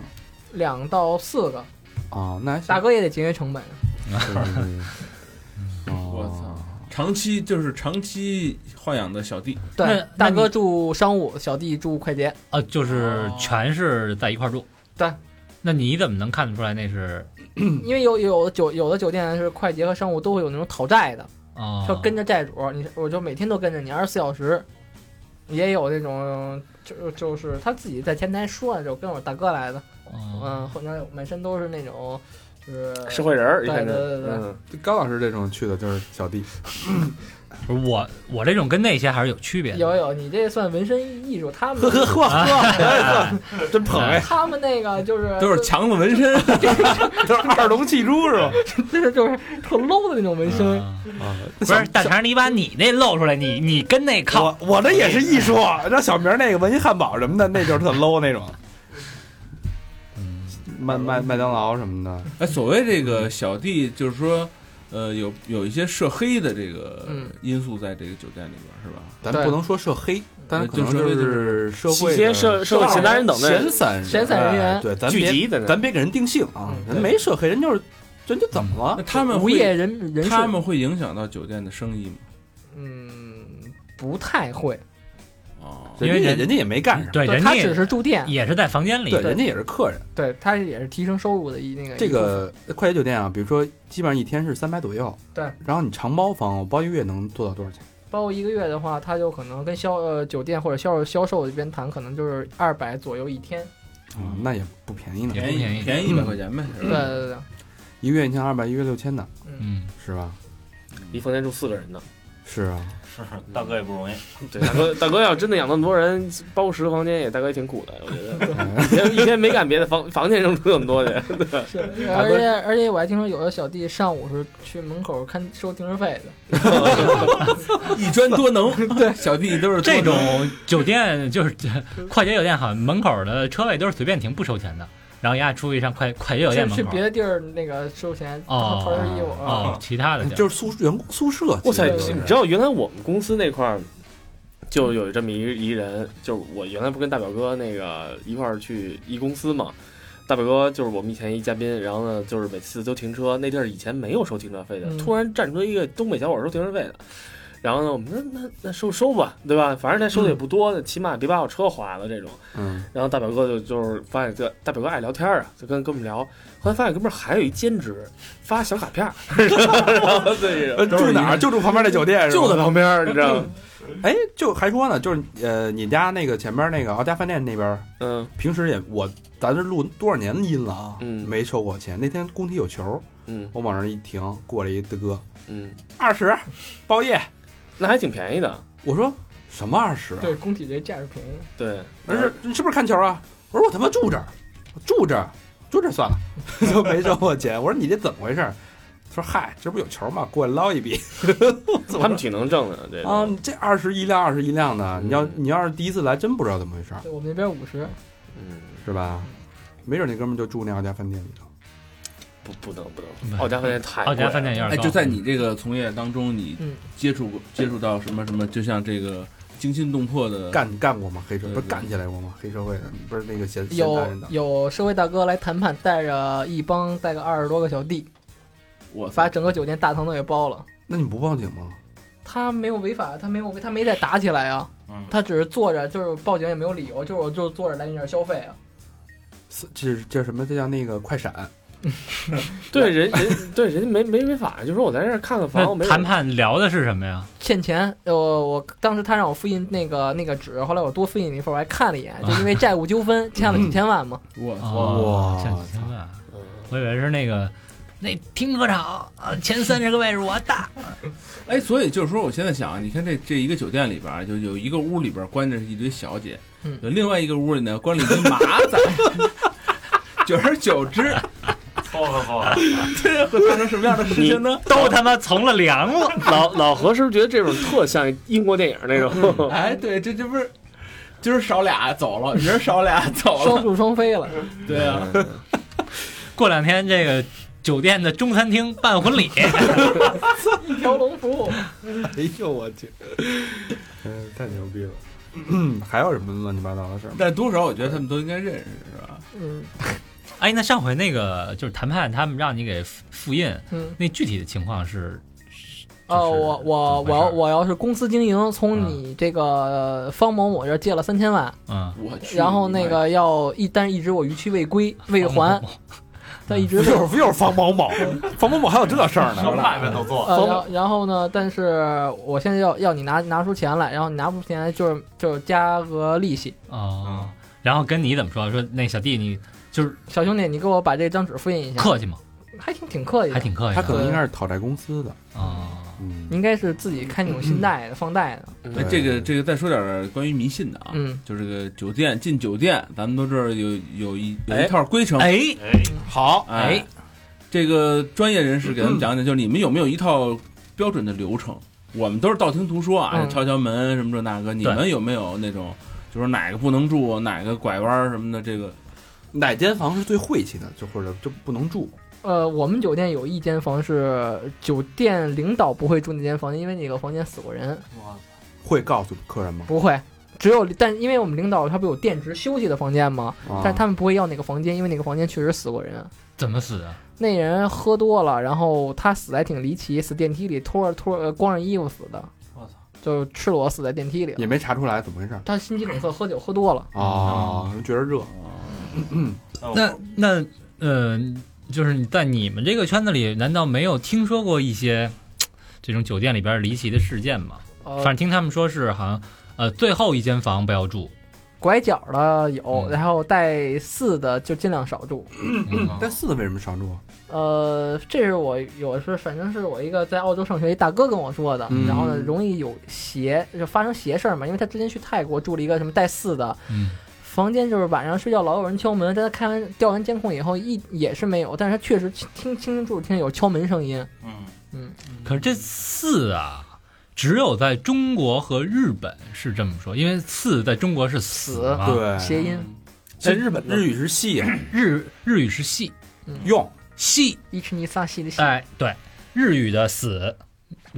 S6: 两到四个，
S2: 哦，那还行
S6: 大哥也得节约成本。
S2: 对对对对哦
S5: 我操！长期就是长期豢养的小弟，
S4: 那
S6: 对
S4: 那，
S6: 大哥
S4: 你
S6: 住商务，小弟住快捷。
S4: 啊，就是全是在一块儿住。
S6: 哦对，
S4: 那你怎么能看得出来那是
S6: 因为有有的酒有的酒店是快捷和商务都会有那种讨债的，
S4: 啊？
S6: 要跟着债主，你我就每天都跟着你，二十四小时。也有那种就就是他自己在前台说，就跟我大哥来的，
S4: 哦
S6: 嗯，后面满身都是那种就是
S3: 社会人儿，一
S6: 对
S3: 看这，
S6: 对对对
S3: 嗯，
S2: 这高老师这种去的就是小弟，
S4: 不是我，我这种跟那些还是有区别的。
S6: 有有，你这算纹身艺术，他们
S2: 呵
S4: 啊，
S2: 真捧哎，
S6: 他们那个就是
S5: 都是强子纹身，
S2: 都是二龙戏珠是吧？
S6: 就是就是特 low 的那种纹身，
S4: 啊
S2: 啊，
S6: 嗯
S4: 不是大肠，你把你那露出来，你你跟那靠，
S2: 我我这也是艺术，让小明那个文艺汉堡什么的，那就是特 low 那种。麦麦麦当劳什么的，
S5: 哎，所谓这个小弟，就是说，呃，有有一些涉黑的这个
S6: 嗯
S5: 因素在这个酒店里边，是吧？
S2: 咱
S6: 对
S2: 不能说涉黑，但可能是社
S7: 一
S2: 会
S7: 些社社会闲杂人等的
S2: 闲散
S6: 闲散人员
S2: 哎对，咱
S7: 聚
S2: 别
S7: 集在那
S2: 咱别给人定性啊，
S6: 嗯
S2: 人没涉黑，人就是人就怎么
S5: 那
S2: 了？
S5: 他们
S6: 无业
S5: 会
S6: 人人士，
S5: 他们会影响到酒店的生意吗？
S6: 嗯不太会，
S5: 哦，
S4: 因为
S2: 人家
S4: 人
S2: 人家也没干什么，
S4: 哎对，人
S6: 他
S4: 家
S6: 只
S4: 也
S6: 是住店，
S4: 也是在房间里，
S2: 对，人家也是客人。
S6: 对他也是提升收入的一那个
S2: 这
S6: 一部分
S2: 个快捷酒店啊，比如说基本上一天是三百左右，
S6: 对，
S2: 然后你长包房，我包一个月能做到多少钱？
S6: 包括一个月的话，他就可能跟销呃酒店或者销售销售这边谈，可能就是二百左右一天。
S7: 嗯
S2: 啊，那也不便宜呢，
S4: 也不便宜
S5: 便宜一百块钱呗，是
S6: 对
S5: 吧？
S6: 对对，
S2: 一个月一千二百，一个月六千的，
S4: 嗯，
S2: 是吧？
S7: 一房间住四个人呢。
S2: 是啊，
S8: 是大哥也不容易，
S7: 对，大 哥，大哥要真的养那么多人，包括十个房间，也大哥也挺苦的，我觉
S2: 哎
S7: 得。一天一天没干别的，房房间扔出那么多去，
S6: 是。而且而且我还听说有的小弟上午是去门口看收停车费的，
S5: 一专多能，对，小弟都是多
S4: 这
S5: 能
S4: 种酒店就是快捷酒店，好像门口的车位都是随便停，不收钱的。然后人家出去上快快捷酒店
S6: 去
S4: 门
S6: 去
S4: 口
S6: 别，的地儿那个收钱，
S4: 哦
S6: 掏身衣服
S4: 哦
S6: 啊，，
S4: 其他的地儿
S2: 就是宿员工宿舍。
S7: 我操！
S2: 其实
S7: 你知道原来我们公司那块儿就有这么一一人，就是我原来不跟大表哥那个一块儿去一公司嘛。大表哥就是我们以前一嘉宾，然后呢，就是每次都停车，那地儿以前没有收停车费的，
S6: 嗯
S7: 突然站出一个东北小伙收停车费的，然后呢，我们说那那收收吧，对吧？反正他收的也不多，起码别把我车划了这种。
S2: 嗯，
S7: 然后大表哥就就是发现这大表哥爱聊天啊，就跟哥们聊，后来发现哥们儿还有一兼职，发小卡片儿， 然后对，
S2: 呃住哪儿？就住旁边那酒店，是吧
S7: 就在旁边儿，你知道吗？
S2: 哎，就还说呢，就是呃，你家那个前边那个奥家饭店那边，
S7: 嗯
S2: 平时也我咱这录多少年的音了啊，
S7: 嗯
S2: 没收过钱。那天工体有球，
S7: 嗯
S2: 我往那儿一停，过来一大哥，
S7: 嗯，
S2: 二十包夜。
S7: 那还挺便宜的，
S2: 我说什么二十？
S6: 对，工体这价是便宜，
S7: 对，
S2: 我说你是不是看球啊？我说我他妈住这儿，我住这儿，住这儿算了， 就没收我钱。我说你这怎么回事？他说嗨，这不有球吗？过来捞一笔。
S7: 他们挺能挣的，这
S2: 啊，
S7: 个
S2: 你这二十一辆二十一辆的，你要
S7: 嗯
S2: 你要是第一次来，真不知道怎么回事儿，
S6: 对我们那边五十，
S7: 嗯，
S2: 是吧？没准那哥们儿就住那奥家饭店里头。
S7: 不不能不
S4: 不
S7: 能，奥家饭店太
S4: 嗯奥家饭店
S7: 贵了
S4: 有
S5: 哎，
S4: 点高。
S5: 就在你这个从业当中，你
S6: 嗯
S5: 接触过接触到什么什么，就像这个惊心动魄的
S2: 干干过吗？黑社
S5: 对
S2: 不是
S5: 对
S2: 干起来过吗？黑社会的不是那个闲闲杂
S6: 有
S2: 人的，
S6: 有社会大哥来谈判，带着一帮带个二十多个小弟，
S5: 我
S6: 把整个酒店大堂都给包了。
S2: 那你不报警吗？
S6: 他没有违法，他没有他没在打起来啊，
S5: 嗯
S6: 他只是坐着，就是报警也没有理由，就是我就是坐着来你这儿消费啊。
S2: 是这是这叫什么？这叫那个快闪。
S7: 对人人对人家没没违法，就说我在这儿看看房，我没
S4: 那
S7: 有
S4: 谈判聊的是什么呀？
S6: 欠钱，呃，我当时他让我复印那个那个纸，后来我多复印了一份，我还看 了一眼，就因为债务纠纷欠
S5: 嗯
S6: 了几千万嘛。
S5: 我
S4: 哦
S2: 哇
S4: 像几千万，
S7: 嗯
S4: 我以为是那个那停车场啊，前三十个位置我的。
S5: 哎，所以就是说，我现在想，你看这这一个酒店里边儿，就有一个屋里边儿关着一堆小姐，
S6: 嗯
S5: 有另外一个屋里呢关了一堆马仔，九十九只，
S8: 凑合凑合。
S5: 这会发生什么样的事情呢？
S4: 都他妈从了凉了，
S7: 老老何是不是觉得这种特像英国电影那 种？
S5: 哎，对，这这不是今儿少俩走了，明儿少俩 走
S6: 双
S5: 了，
S6: 宿双飞 了，
S5: 对啊，
S4: 过两天这个酒店的中餐厅办婚礼，
S6: 一条龙服务。
S2: 哎呦我去，嗯，太牛逼了。 还有什么乱七八糟的事儿吗？
S5: 但多少我觉得他们都应该认识，是吧？
S6: 嗯
S4: 哎，那上回那个就是谈判，他们让你给复复印，
S6: 嗯，
S4: 那具体的情况是？
S6: 哦，我我我要
S4: 我
S6: 我要是公司经营，从你这个呃方某某这儿借了三千万，
S4: 嗯，
S5: 我嗯去，
S6: 然后那个要一，但是一直我逾期未归 未还，
S4: 哦
S6: 他一直
S2: 又是又是方某 某，方某某还有这事儿呢
S8: 什么买卖都做，
S6: 呃，然后然后呢？但是我现在要要你拿拿出钱来，然后你拿不出钱来，就是就是加额利息。
S4: 哦，然后跟你怎么说？说那小弟你就是
S6: 小兄弟，你给我把这张纸复印一下，
S4: 客气嘛，
S6: 还挺挺客气
S4: 还
S6: 的，
S4: 挺客气
S2: 他
S4: 的。
S2: 可能应该是讨债公司的。
S4: 哦，
S2: 嗯，
S6: 应该是自己开那种信贷的、放贷的。
S5: 哎，这个这个再说点儿关于迷信的啊，
S6: 嗯，
S5: 就是这个酒店进酒店，咱们都知道有有一有
S7: 哎
S5: 一套规程，
S4: 哎，
S8: 哎，
S2: 好，
S5: 哎，这个专业人士给咱们讲讲，就是你们有没有一套标准的流程？我们都是道听途说啊，
S6: 嗯
S5: 敲敲门什么这那个，你们有没有那种，就是哪个不能住，哪个拐弯儿什么的？这个
S2: 哪间房是最晦气的，就或者就不能住？
S6: 呃，我们酒店有一间房是酒店领导不会住那间房间，因为那个房间死过人，
S2: 会告诉客人吗？
S6: 不会。只有，但因为我们领导他不有电职休息的房间吗？
S2: 啊
S6: 但他们不会要那个房间，因为那个房间确实死过人。
S4: 怎么死的？啊
S6: 那人喝多了，然后他死的还挺离奇，死电梯里脱着脱着光着衣服死的。
S7: 我操！
S6: 就赤裸死在电梯里了
S2: 也没查出来怎么回事儿
S6: 他心肌梗塞，喝酒喝多了。
S2: 啊，觉得热
S4: 那那呃，就是你在你们这个圈子里，难道没有听说过一些这种酒店里边离奇的事件吗？
S6: 呃
S4: 反，正听他们说是好像呃最后一间房不要住，
S6: 拐角的有，
S4: 嗯
S6: 然后带四的就尽量少住。
S2: 但四的为什么常住？啊
S6: 呃，这是我有是反正是我一个在澳洲上学一大哥跟我说的，
S2: 嗯
S6: 然后呢容易有邪就发生邪事儿嘛，因为他之前去泰国住了一个什么带四的，
S4: 嗯
S6: 房间就是晚上睡觉老有人敲门，但他看完调完监控以后一也是没有，但是他确实听清清楚楚听见有敲门声音，
S7: 嗯，
S4: 可是这四啊，只有在中国和日本是这么说，因为四在中国是死
S2: 啊
S4: 嘛，
S6: 谐音
S4: 嗯
S2: 在
S3: 在日本呢
S2: 日语是戏
S4: 日日语是细
S2: 用
S4: 细，
S6: 伊奇尼萨西的西，
S4: 哎，对，日语的死。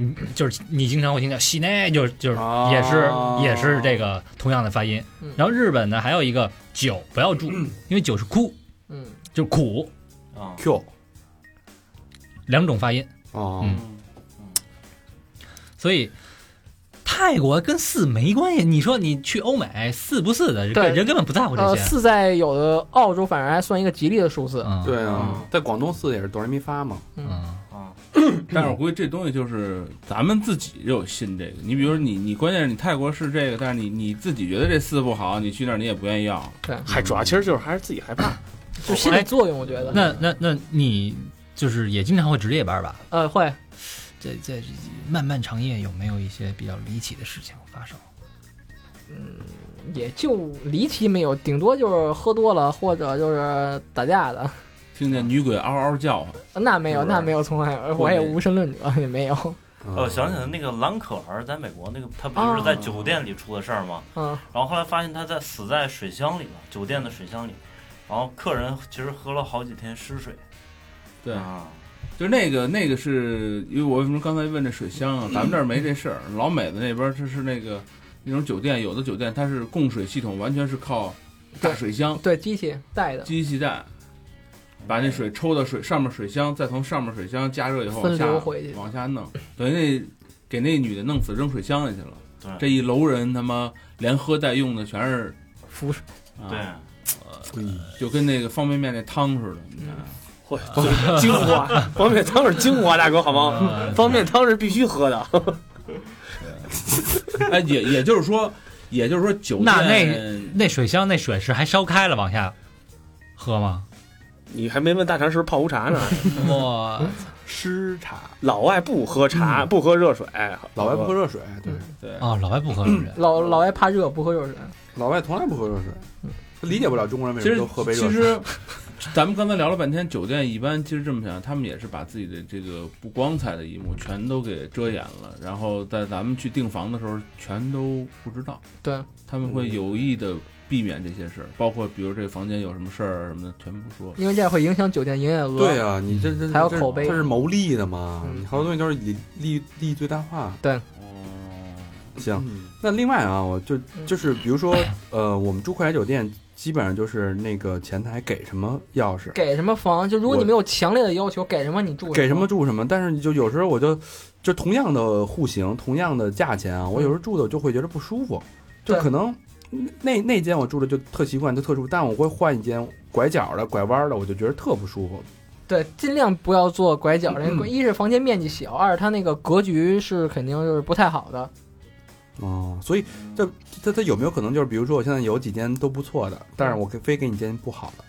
S4: 嗯，就是你经常会听到“西内”，就是就是
S2: 哦
S4: 也是、也是这个同样的发音。
S6: 嗯
S4: 然后日本呢还有一个“酒”，不要住，因为“酒”是哭，
S6: 嗯，
S4: 就是苦，
S7: 啊，
S2: Q
S4: 两种发音。
S2: 啊
S4: 嗯所以泰国跟四没关系。你说你去欧美四不四的，
S6: 对
S4: 人根本不在乎这
S6: 呃，
S4: 些。
S6: 四在有的澳洲反而还算一个吉利的数字，
S4: 嗯，
S2: 对啊，在广东四也是哆来咪发嘛，
S4: 嗯，
S5: 但是我估计这东西就是咱们自己就有信这个。你比如说你，你关键是你泰国是这个，但是你你自己觉得这四不好，你去那儿你也不愿意要。
S3: 还
S7: 啊
S3: 主要其实就是还是自己害怕，
S6: 就心理作用，我觉得。
S4: 那那那你就是也经常会值夜班吧？
S6: 呃会，
S4: 这这这漫漫长夜有没有一些比较离奇的事情发生？
S6: 也就离奇没有，顶多就是喝多了或者就是打架的，
S5: 听见女鬼嗷嗷叫唤，
S6: 那没有
S5: 是不是
S6: 那没有，从来呃我也无神论者也没有，
S2: 呃
S7: 哦，
S2: 嗯
S7: 我想起来那个蓝可儿在美国那个，他不是在酒店里出的事儿吗？
S6: 嗯
S7: 然后后来发现他在死在水箱里了，酒店的水箱里。然后客人其实喝了好几天湿水。
S5: 对，
S7: 啊，
S5: 就是那个那个是因为我为什么刚才问这水箱啊？咱们这儿没这事儿，老美的那边儿就是那个那种酒店，有的酒店它是供水系统完全是靠大水箱
S6: 对机器带的
S5: 机器站，把那水抽到水上面水箱，再从上面水箱加热以后往
S6: 分
S5: 下
S6: 流回去
S5: 往下弄，等于那给那女的弄死扔水箱里去了。
S7: 对
S5: 这一楼人他妈连喝带用的全是，
S6: 辐射，
S5: 啊、
S7: 对，，
S2: 嗯
S5: 就跟那个方便面那汤似的。你看
S3: 嚯，精华，方便汤是精华，大哥好
S7: 啊
S3: 吗？方便汤是必须喝的，
S5: 哎，也也就是说，也就是说酒店
S4: 那那水箱那水是还烧开了往下喝吗？
S3: 你还没问大肠是不是泡壶茶呢？
S4: 我
S2: 湿茶，
S3: 老外不喝茶，
S7: 嗯
S3: 不喝热水，
S2: 老外不喝热水，对，
S5: 对
S4: 哦，老外不喝 热水。
S6: 老老爱怕热不喝热水，
S2: 老外从来不喝热水，他理解不了中国人为
S5: 其
S2: 什么
S5: 实
S2: 都喝杯热
S5: 其
S2: 水。
S5: 实，咱们刚才聊了半天，酒店一般其实这么想，他们也是把自己的这个不光彩的一幕全都给遮掩了，然后在咱们去订房的时候全都不知道。
S6: 对，
S5: 他们会有意的避免这些事儿，包括比如这个房间有什么事儿什么的，全不说。
S6: 因为这样会影响酒店营业额。
S2: 对啊，你这这
S6: 还有
S2: 这
S6: 口碑
S2: 这是谋利的嘛？
S6: 嗯
S2: 你好多东西都是以利利益最大化。哦行，
S5: 嗯，
S2: 那另外啊，我就
S6: 嗯
S2: 就是比如说，呃，我们住快捷酒店，基本上就是那个前台给什么钥匙，
S6: 给什么房？就如果你
S2: 我
S6: 没有强烈的要求，给什么你住
S2: 给
S6: 什
S2: 什么住什么。但是就有时候我就就同样的户型，同样的价钱啊，我有时候住的我就会觉得不舒服，就
S6: 嗯对
S2: 可能那那间我住的就特习惯，就特舒服，但我会换一间拐角的、拐弯的，我就觉得特不舒服。
S6: 对，尽量不要做拐角的，因
S2: 嗯
S6: 为一是房间面积小，二是它那个格局是肯定就是不太好的。
S2: 哦，所以这这这有没有可能就是，比如说我现在有几间都不错的，但是我给非给你间不好的，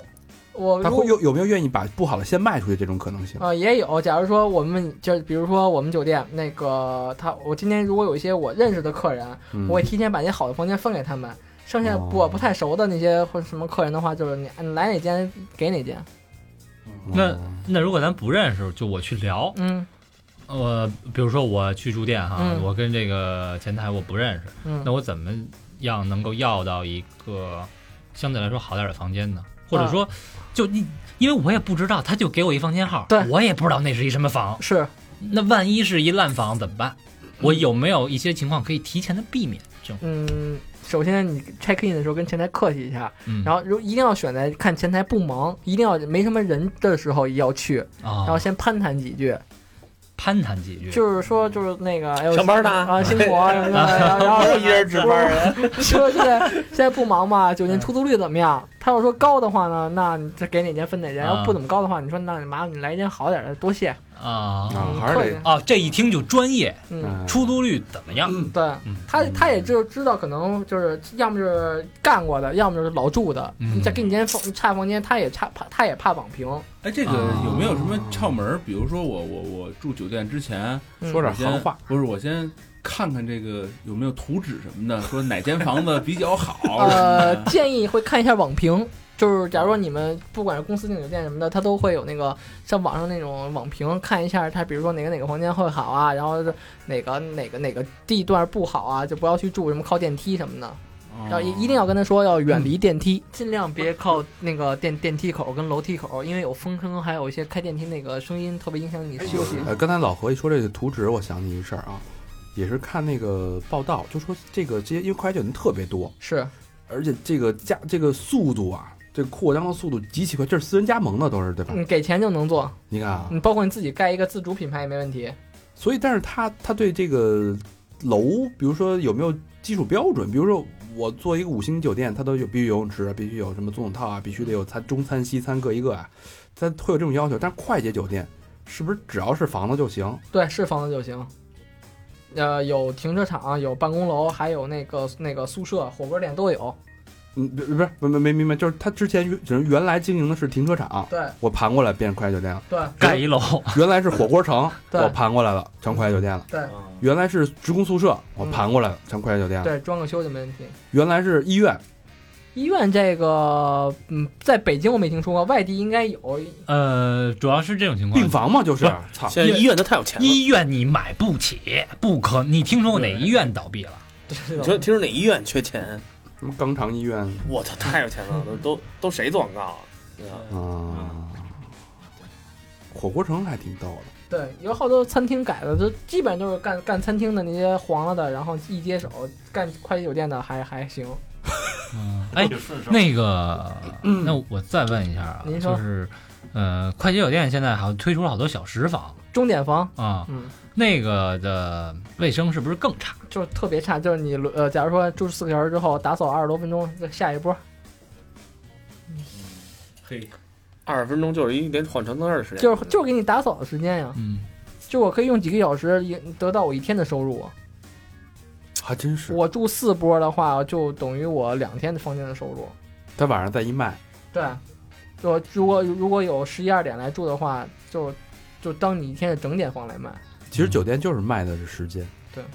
S6: 我
S2: 他
S6: 哦如果
S2: 会有有没有愿意把不好的先卖出去这种可能性？
S6: 呃，也有。假如说我们就比如说我们酒店那个他，我今天如果有一些我认识的客人，
S2: 嗯
S6: 我会提前把那些好的房间分给他们。剩下
S2: 哦
S6: 我不太熟的那些或者什么客人的话，就是你你来哪间给哪间。
S2: 嗯
S4: 那那如果咱不认识，就我去聊，
S6: 嗯
S4: 呃，比如说我去住店哈，
S6: 嗯
S4: 我跟这个前台我不认识，
S6: 嗯
S4: 那我怎么样能够要到一个相对来说好点儿的房间呢？或者说就你，因为我也不知道，他就给我一房间号，
S6: 嗯对
S4: 我也不知道那是一什么房，
S6: 是
S4: 那万一是一烂房怎么办？我有没有一些情况可以提前的避免这种？
S6: 嗯，首先你 check in 的时候跟前台客气一下，
S4: 嗯，
S6: 然后如一定要选在看前台不忙，一定要没什么人的时候也要去，
S4: 啊，
S6: 然后先攀谈几句，
S4: 攀谈几句，
S6: 就是说就是那个哎呦
S3: 上班呢
S6: 啊，辛苦啊什么的，然后然后
S7: 又一人值班人，
S6: 说现在现在不忙吧，
S4: 嗯
S6: 酒店出租率怎么样？他要说高的话呢，那你再给哪间分哪间；
S4: 啊
S6: 要不怎么高的话，你说那你麻烦你来一间好点的，多谢。
S2: 啊
S4: 啊
S6: 嗯，
S2: 还是
S6: 客
S2: 得
S6: 气
S4: 啊，这一听就专业，
S6: 嗯，
S2: 嗯
S4: 出租率怎么样？
S6: 对
S4: 嗯，
S6: 他他也就知道，可能就是要么就是干过的，要么就是老住的。
S4: 嗯
S6: 你再给你间房差房间，他也差怕他也怕网评。
S5: 哎，这个
S2: 啊嗯
S5: 有没有什么窍门儿？比如说我我我住酒店之前，
S6: 嗯
S2: 说点
S5: 我先
S2: 行话，
S5: 不是我先看看这个有没有图纸什么的，说哪间房子比较好 什么
S6: 呃，
S5: 的。
S6: 建议会看一下网评，就是假如说你们不管是公司订酒店什么的，它都会有那个像网上那种网评，看一下它，比如说哪个哪个房间会好啊，然后是哪个哪个哪个地段不好啊，就不要去住什么靠电梯什么的，然后一一定要跟他说要远离电梯，哦尽量别靠那个电电梯口跟楼梯口，因为有风声，还有一些开电梯那个声音特别影响你休息。
S2: 呃，刚才老何一说这个图纸，我想起一事儿啊，也是看那个报道，就说这个这些因为快捷酒店特别多，
S6: 是，
S2: 而且这个加这个速度啊，这个扩张的速度极其快，这是私人加盟的都是对吧？
S6: 你嗯给钱就能做，
S2: 你看啊，
S6: 你包括你自己盖一个自主品牌也没问题。
S2: 所以但是他他对这个楼，比如说有没有基础标准？比如说我做一个五星酒店，它都有必须有游泳池啊，必须有什么总统套啊，必须得有餐中餐西餐各一个啊，它会有这种要求。但是快捷酒店是不是只要是房子就行？
S6: 对，是房子就行。呃，有停车场，有办公楼，还有那个那个宿舍、火锅店都有。
S2: 嗯，不不是，没没没明白，就是他之前原原来经营的是停车场，
S6: 对
S2: 我盘过来变快捷酒店了；
S6: 对
S4: 盖一楼，
S2: 原来是火锅城，
S6: 对
S2: 我盘过来了，成快捷酒店了；
S6: 对
S2: 原来是职工宿舍，我盘过来了，成快捷酒店了；
S6: 对，装个修就没问题。
S2: 原来是医院，
S6: 医院这个，嗯，在北京我没听说过，外地应该有。
S4: 呃，主要是这种情况
S2: 病。房嘛，就是
S4: 不是
S2: 操，
S3: 现在医院都太有钱了。
S4: 医院你买不起，不可。你听说过哪医院倒闭了？
S3: 你说听说哪医院缺钱？
S2: 什么肛肠医院啊
S3: 我操，太有钱了，都都都谁做广告啊？对吧，
S5: 嗯
S2: 嗯火锅城还挺逗的，
S6: 对，有好多餐厅改的，都基本都是干干餐厅的那些黄了的，然后一接手干快捷酒店的还还行。
S4: 嗯，哎，
S7: 就顺手
S4: 那个，那我再问一下啊，
S6: 您说
S4: 就是，呃，快捷酒店现在好像推出了好多小时房
S6: 钟点房，
S4: 啊，
S6: 嗯，
S4: 那个的卫生是不是更差？
S6: 就是特别差，就是你呃，假如说住四个小时之后，打扫二十多分钟，再下一波。
S5: 嘿，
S3: 二十分钟就是一连换传单的时间。
S6: 就是就是给你打扫的时间呀，
S4: 嗯，
S6: 就我可以用几个小时也得到我一天的收入啊。
S2: 还真是。
S6: 我住四波的话，就等于我两天的房间的收入。
S2: 他晚上再一卖，
S6: 对，就如果如果有十一二点来住的话，就就当你一天的整点房来卖。
S2: 其实酒店就是卖的是时间，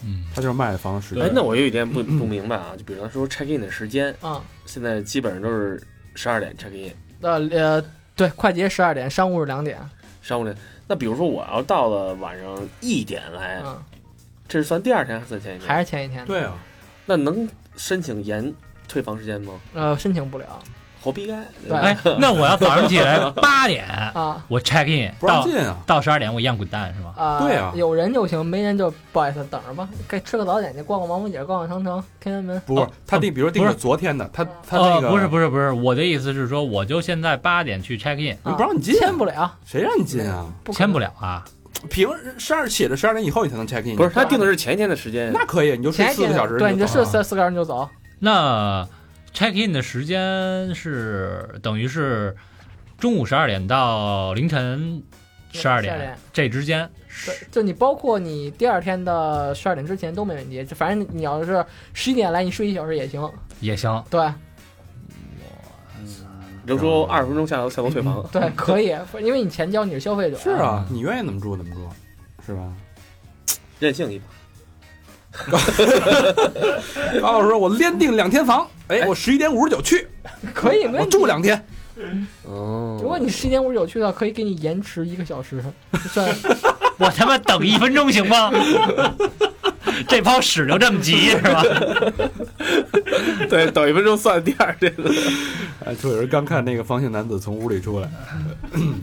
S4: 嗯，
S2: 他就是卖的房的时
S5: 对
S3: 哎
S2: 间，。
S3: 那我有一点不不明白啊，就比方说 check in 的时间，
S6: 啊、
S3: 现在基本上都是十二点 check in，
S6: 嗯，呃呃，对，快捷十二点，商务是两点。
S3: 上午点。那比如说我要到了晚上一点来，
S6: 嗯，
S3: 这是算第二天还是算前一天？
S6: 还是前一天。，
S2: 对啊，
S3: 那能申请延退房时间吗？
S6: 呃，申请不了
S3: 活逼该。
S6: 对
S4: 哎，那我要早上起来八点，
S6: 啊
S4: 我 check in
S2: 不让
S4: 到
S2: 进啊。
S4: 到十二点，我一样滚蛋是吗？
S6: 啊。
S2: 对啊
S6: 有人就行，没人就不好意思，等着吧。该吃个早点去，逛逛王府井，逛逛商城，天安门。啊
S2: 不是
S4: 哦，
S2: 他定，比如定
S4: 不
S2: 的
S4: 是
S2: 昨天的，他
S6: 哦
S2: 他那个
S4: 呃，不是不是不是，我的意思是说，我就现在八点去 check in，
S2: 你
S6: 啊
S2: 不让你进啊
S6: 签不了，
S2: 谁让你进啊？
S6: 不可
S4: 签不
S6: 能。
S4: 了啊。
S2: 凭十二写着十二点以后你才能 check in，
S3: 不是，他定的是前一天的时间。
S2: 那可以，你就睡
S6: 前一
S2: 四
S6: 天
S2: 个小时，
S6: 对，你就
S2: 走
S6: 是
S2: 了
S6: 四四个小时你就走。
S4: 那 check in 的时间是等于是中午十二点到凌晨十二
S6: 12
S4: 点
S6: 点
S4: 这之间，
S6: 对，就你包括你第二天的十二点之前都没问题，就反正你要是十一点来，你睡一小时也行。
S4: 也行。
S6: 对
S3: 你就说二十分钟下楼下楼退房，
S6: 对，可以，因为你钱交，你是消费者。
S2: 是啊，你愿意怎么住怎么住，是吧？
S3: 任性一把。
S2: 高老师说，我连订两天房，哎，我十一点五十九去，
S6: 可以，没
S2: 我
S6: 问题。
S2: 住两天，
S3: 哦
S6: 如果你十一点五十九去的话，可以给你延 迟一个小时，就算
S4: 我他妈等一分钟行吗？ 这泡屎就这么急是吧？
S3: 对，等一分钟算第二这个。
S2: 哎，就有人刚看那个方姓男子从屋里出来，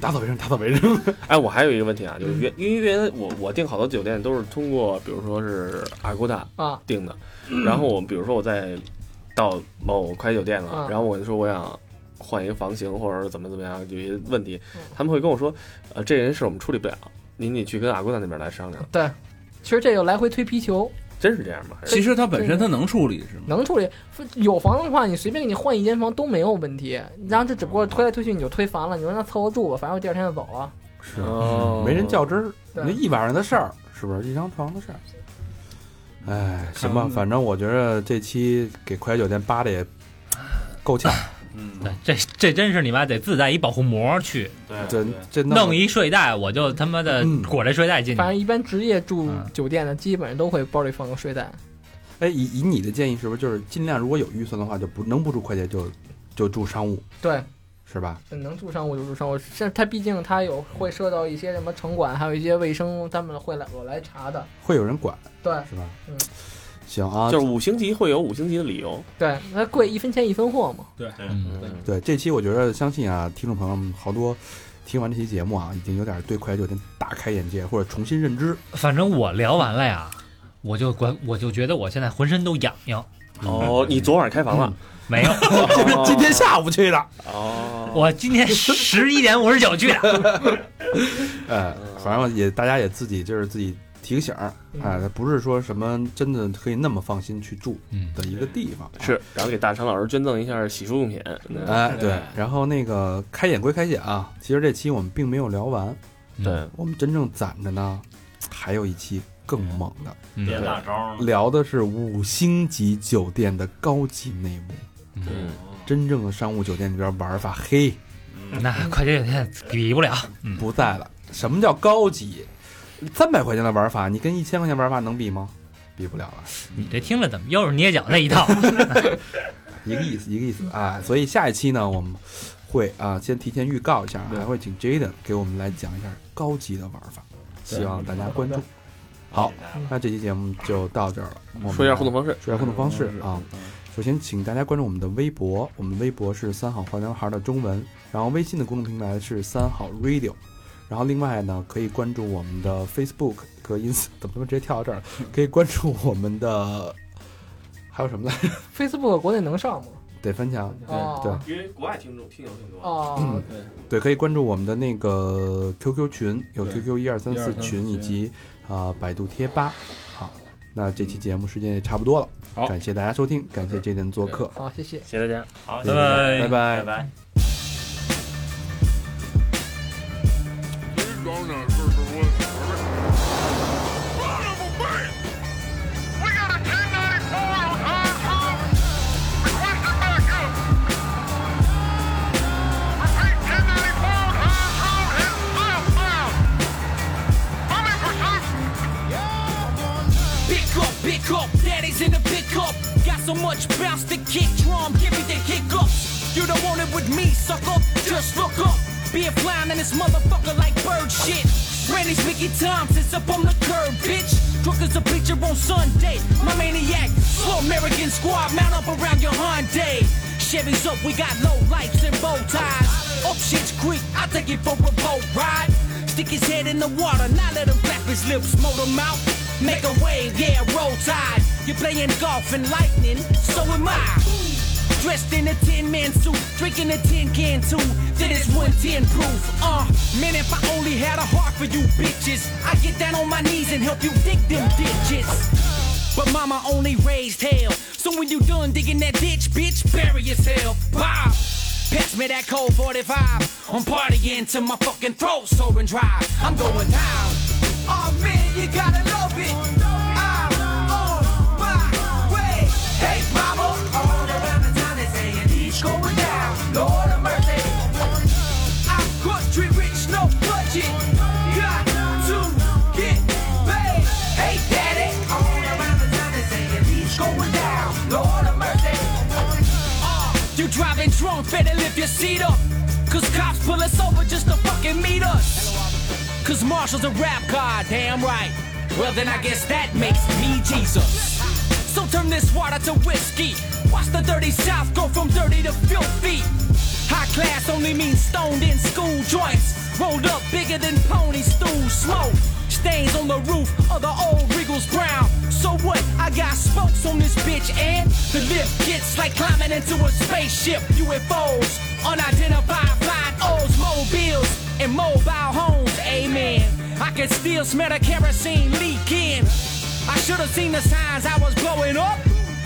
S2: 打扫卫生，打扫卫生。
S3: 哎，我还有一个问题啊，就是原因为原来我我订好多酒店都是通过，比如说是阿古达
S6: 啊，
S3: 订的，然后我比如说我在到某快捷酒店了
S6: 嗯，
S3: 然后我就说我想换一个房型或者是怎么怎么样，有一些问题
S6: 嗯，
S3: 他们会跟我说，呃，这人事我们处理不了，您得去跟阿古达那边来商量，
S6: 对，其实这就来回推皮球，
S3: 真是这样吗？还是
S5: 其实它本身它能处理是吗？
S6: 能处理。有房的话，你随便给你换一间房都没有问题。然后这只不过推来推去你就推烦了，你说那凑合住吧，反正我第二天就走了。
S2: 是
S3: 哦
S2: 没人较真儿，
S6: 对
S2: 那一晚上的事儿，是不是一张床的事儿？哎，行吧
S5: 看，
S2: 反正我觉着这期给快捷酒店扒的也够 呛，
S5: 嗯，
S4: 对，这这真是你妈得自带一保护膜去
S7: 对
S2: 这
S7: 对
S2: 这
S4: 弄一睡袋，我就他妈的
S2: 嗯
S4: 裹着睡袋进去
S6: 反。正一般职业住
S4: 嗯
S6: 酒店的，基本上都会包里放个睡袋。
S2: 哎，以以你的建议是不是就是尽量如果有预算的话，就不能不住快捷就就住商务
S6: 对，
S2: 是吧？
S6: 能住商务就住商务，这它毕竟它有会涉到一些什么城管，还有一些卫生，他们会来我来查的。
S2: 会有人管
S6: 对
S2: 是吧？
S6: 嗯，
S2: 行啊，
S3: 就是五星级会有五星级的理由，
S6: 对，它贵一分钱一分货嘛。
S7: 对
S4: 嗯，
S2: 对这期我觉得相信啊，听众朋友们好多听完这期节目啊，已经有点对快捷酒店大开眼界或者重新认知。
S4: 反正我聊完了呀，我就管我就觉得我现在浑身都痒痒。
S3: 哦，你昨晚开房了？
S4: 没有，
S3: 哦
S2: 今天下午去的，
S3: 哦，
S4: 我今天十一点五十九去的。
S2: 哎，反正也大家也自己就是自己提个醒儿，
S3: 嗯
S2: 哎，不是说什么真的可以那么放心去住
S4: 嗯，
S2: 的一个地方。
S3: 是，然后给大成老师捐赠一下洗漱用品，嗯
S2: 哎，对，然后那个开眼归开眼啊，其实这期我们并没有聊完，
S3: 对，
S2: 我们真正攒着呢，还有一期更猛的，
S4: 嗯
S7: 别大招
S3: 嗯
S7: 呢。
S2: 聊的是五星级酒店的高级内幕，
S3: 嗯。
S2: 真正的商务酒店里边玩法，嘿，
S4: 那快捷酒店比不了。
S2: 不在了。什么叫高级？三百块钱的玩法，你跟一千块钱玩法能比吗？比不了了。
S4: 你这听着怎么又是捏脚那一套？
S2: 一个意思，一个意思啊。所以下一期呢，我们会啊，先提前预告一下，啊还会请 Jaden 给我们来讲一下高级的玩法，希望大家关注。好，那这期节目就到这儿了。我们
S3: 说一下互动，方式，
S2: 说一下互动方式啊。首先，请大家关注我们的微博，我们微博是三好坏男孩的中文，然后微信的公众平台是三好 Radio，然后另外呢，可以关注我们的 Facebook 和 Ins，怎么他妈直接跳到这儿了？可以关注我们的还有什么来着？
S6: Facebook 国内能上吗？
S2: 得翻墙。
S5: 对
S6: 哦
S2: 对
S3: 因为国外听众听友挺多
S6: 哦，
S2: 对，可以关注我们的那个 QQ 群，有
S5: 对
S2: QQ 一二三四
S5: 1234
S2: 群
S5: 群
S2: 以及啊、呃百度贴吧。好，那这期节目时间也差不多了，
S5: 好
S2: 感谢大家收听，感谢 Jaden 做客，
S6: 好，谢谢。
S3: 谢谢大家。
S7: 好，
S4: 拜拜
S2: 拜
S7: 拜拜。
S9: We got a 1094 on Hines Road. Requesting backup. Repeat, 1094 on Hines Road, heading southbound. I'm in pursuit.
S10: Pick up, pick up, daddy's in the pickup. Got so much bounce to kick drum, give me the hiccups. You don't want it with me, sucker, just look up. Be a flying in this motherfucker like bird shit. Randy's Mickey Thompson's up on the curb, bitch. Crook is a picture on Sunday. My maniac, slow American squad, mount up around your Hyundai. Chevy's up, we got low lights and bow ties. Up shit's quick, I'll take it for a boat ride. Stick his head in the water, now let him flap his lips, mold him out. Make a wave, yeah, roll tide. You're playing golf and lightning, so am I. Dressed in a tin man suit, drinking a tin can too. Then it's 110 proof. Uh, man, if I only had a heart for you bitches, I'd get down on my knees and help you dig them ditches. But mama only raised hell. So when you done digging that ditch, bitch, bury yourself. Bob, pass me that cold 45. I'm partying till my fucking throat soaring dry. I'm going down. Oh man, you gotta love it. I'm on my way. Hey mama, all around the town they saying he's going down. Lord of mercy. I'm country rich, no budget. Got to get paid. Hey, daddy. All around the town they saying he's going down. Lord of mercy. Uh, you driving drunk, better lift your seat up. Cause cops pull us over just to fucking meet us. Cause Marshall's a rap god, damn right. Well, then I guess that makes me Jesus. So turn this water to whiskey. Watch the dirty south go from dirty to filthy. High class only means stoned in school joints. Rolled up bigger than pony stool smoke. Stains on the roof of the old Regal's brown. So what? I got spokes on this bitch and the lift gets like climbing into a spaceship. UFOs, unidentified flying Oldsmobiles, and mobile homes. Amen. I can still smell the kerosene leaking. I should have seen the signs I was blowing up.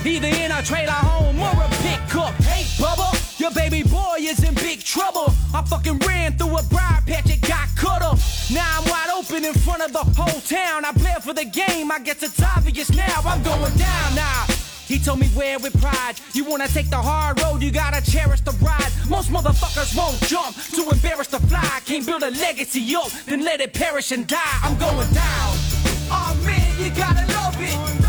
S10: Either in a trailer home or a pickup. Hey, Bubba, your baby boy is in big trouble. I fucking ran through a briar patch and got cut up. Now I'm wide open in front of the whole town. I play for the game, I guess it's obvious now. I'm going down now. He told me wear it with pride. You wanna take the hard road, you gotta cherish the ride. Most motherfuckers won't jump to embarrass the fly. Can't build a legacy up, then let it perish and die. I'm going down. Oh man, you gotta love it. Oh,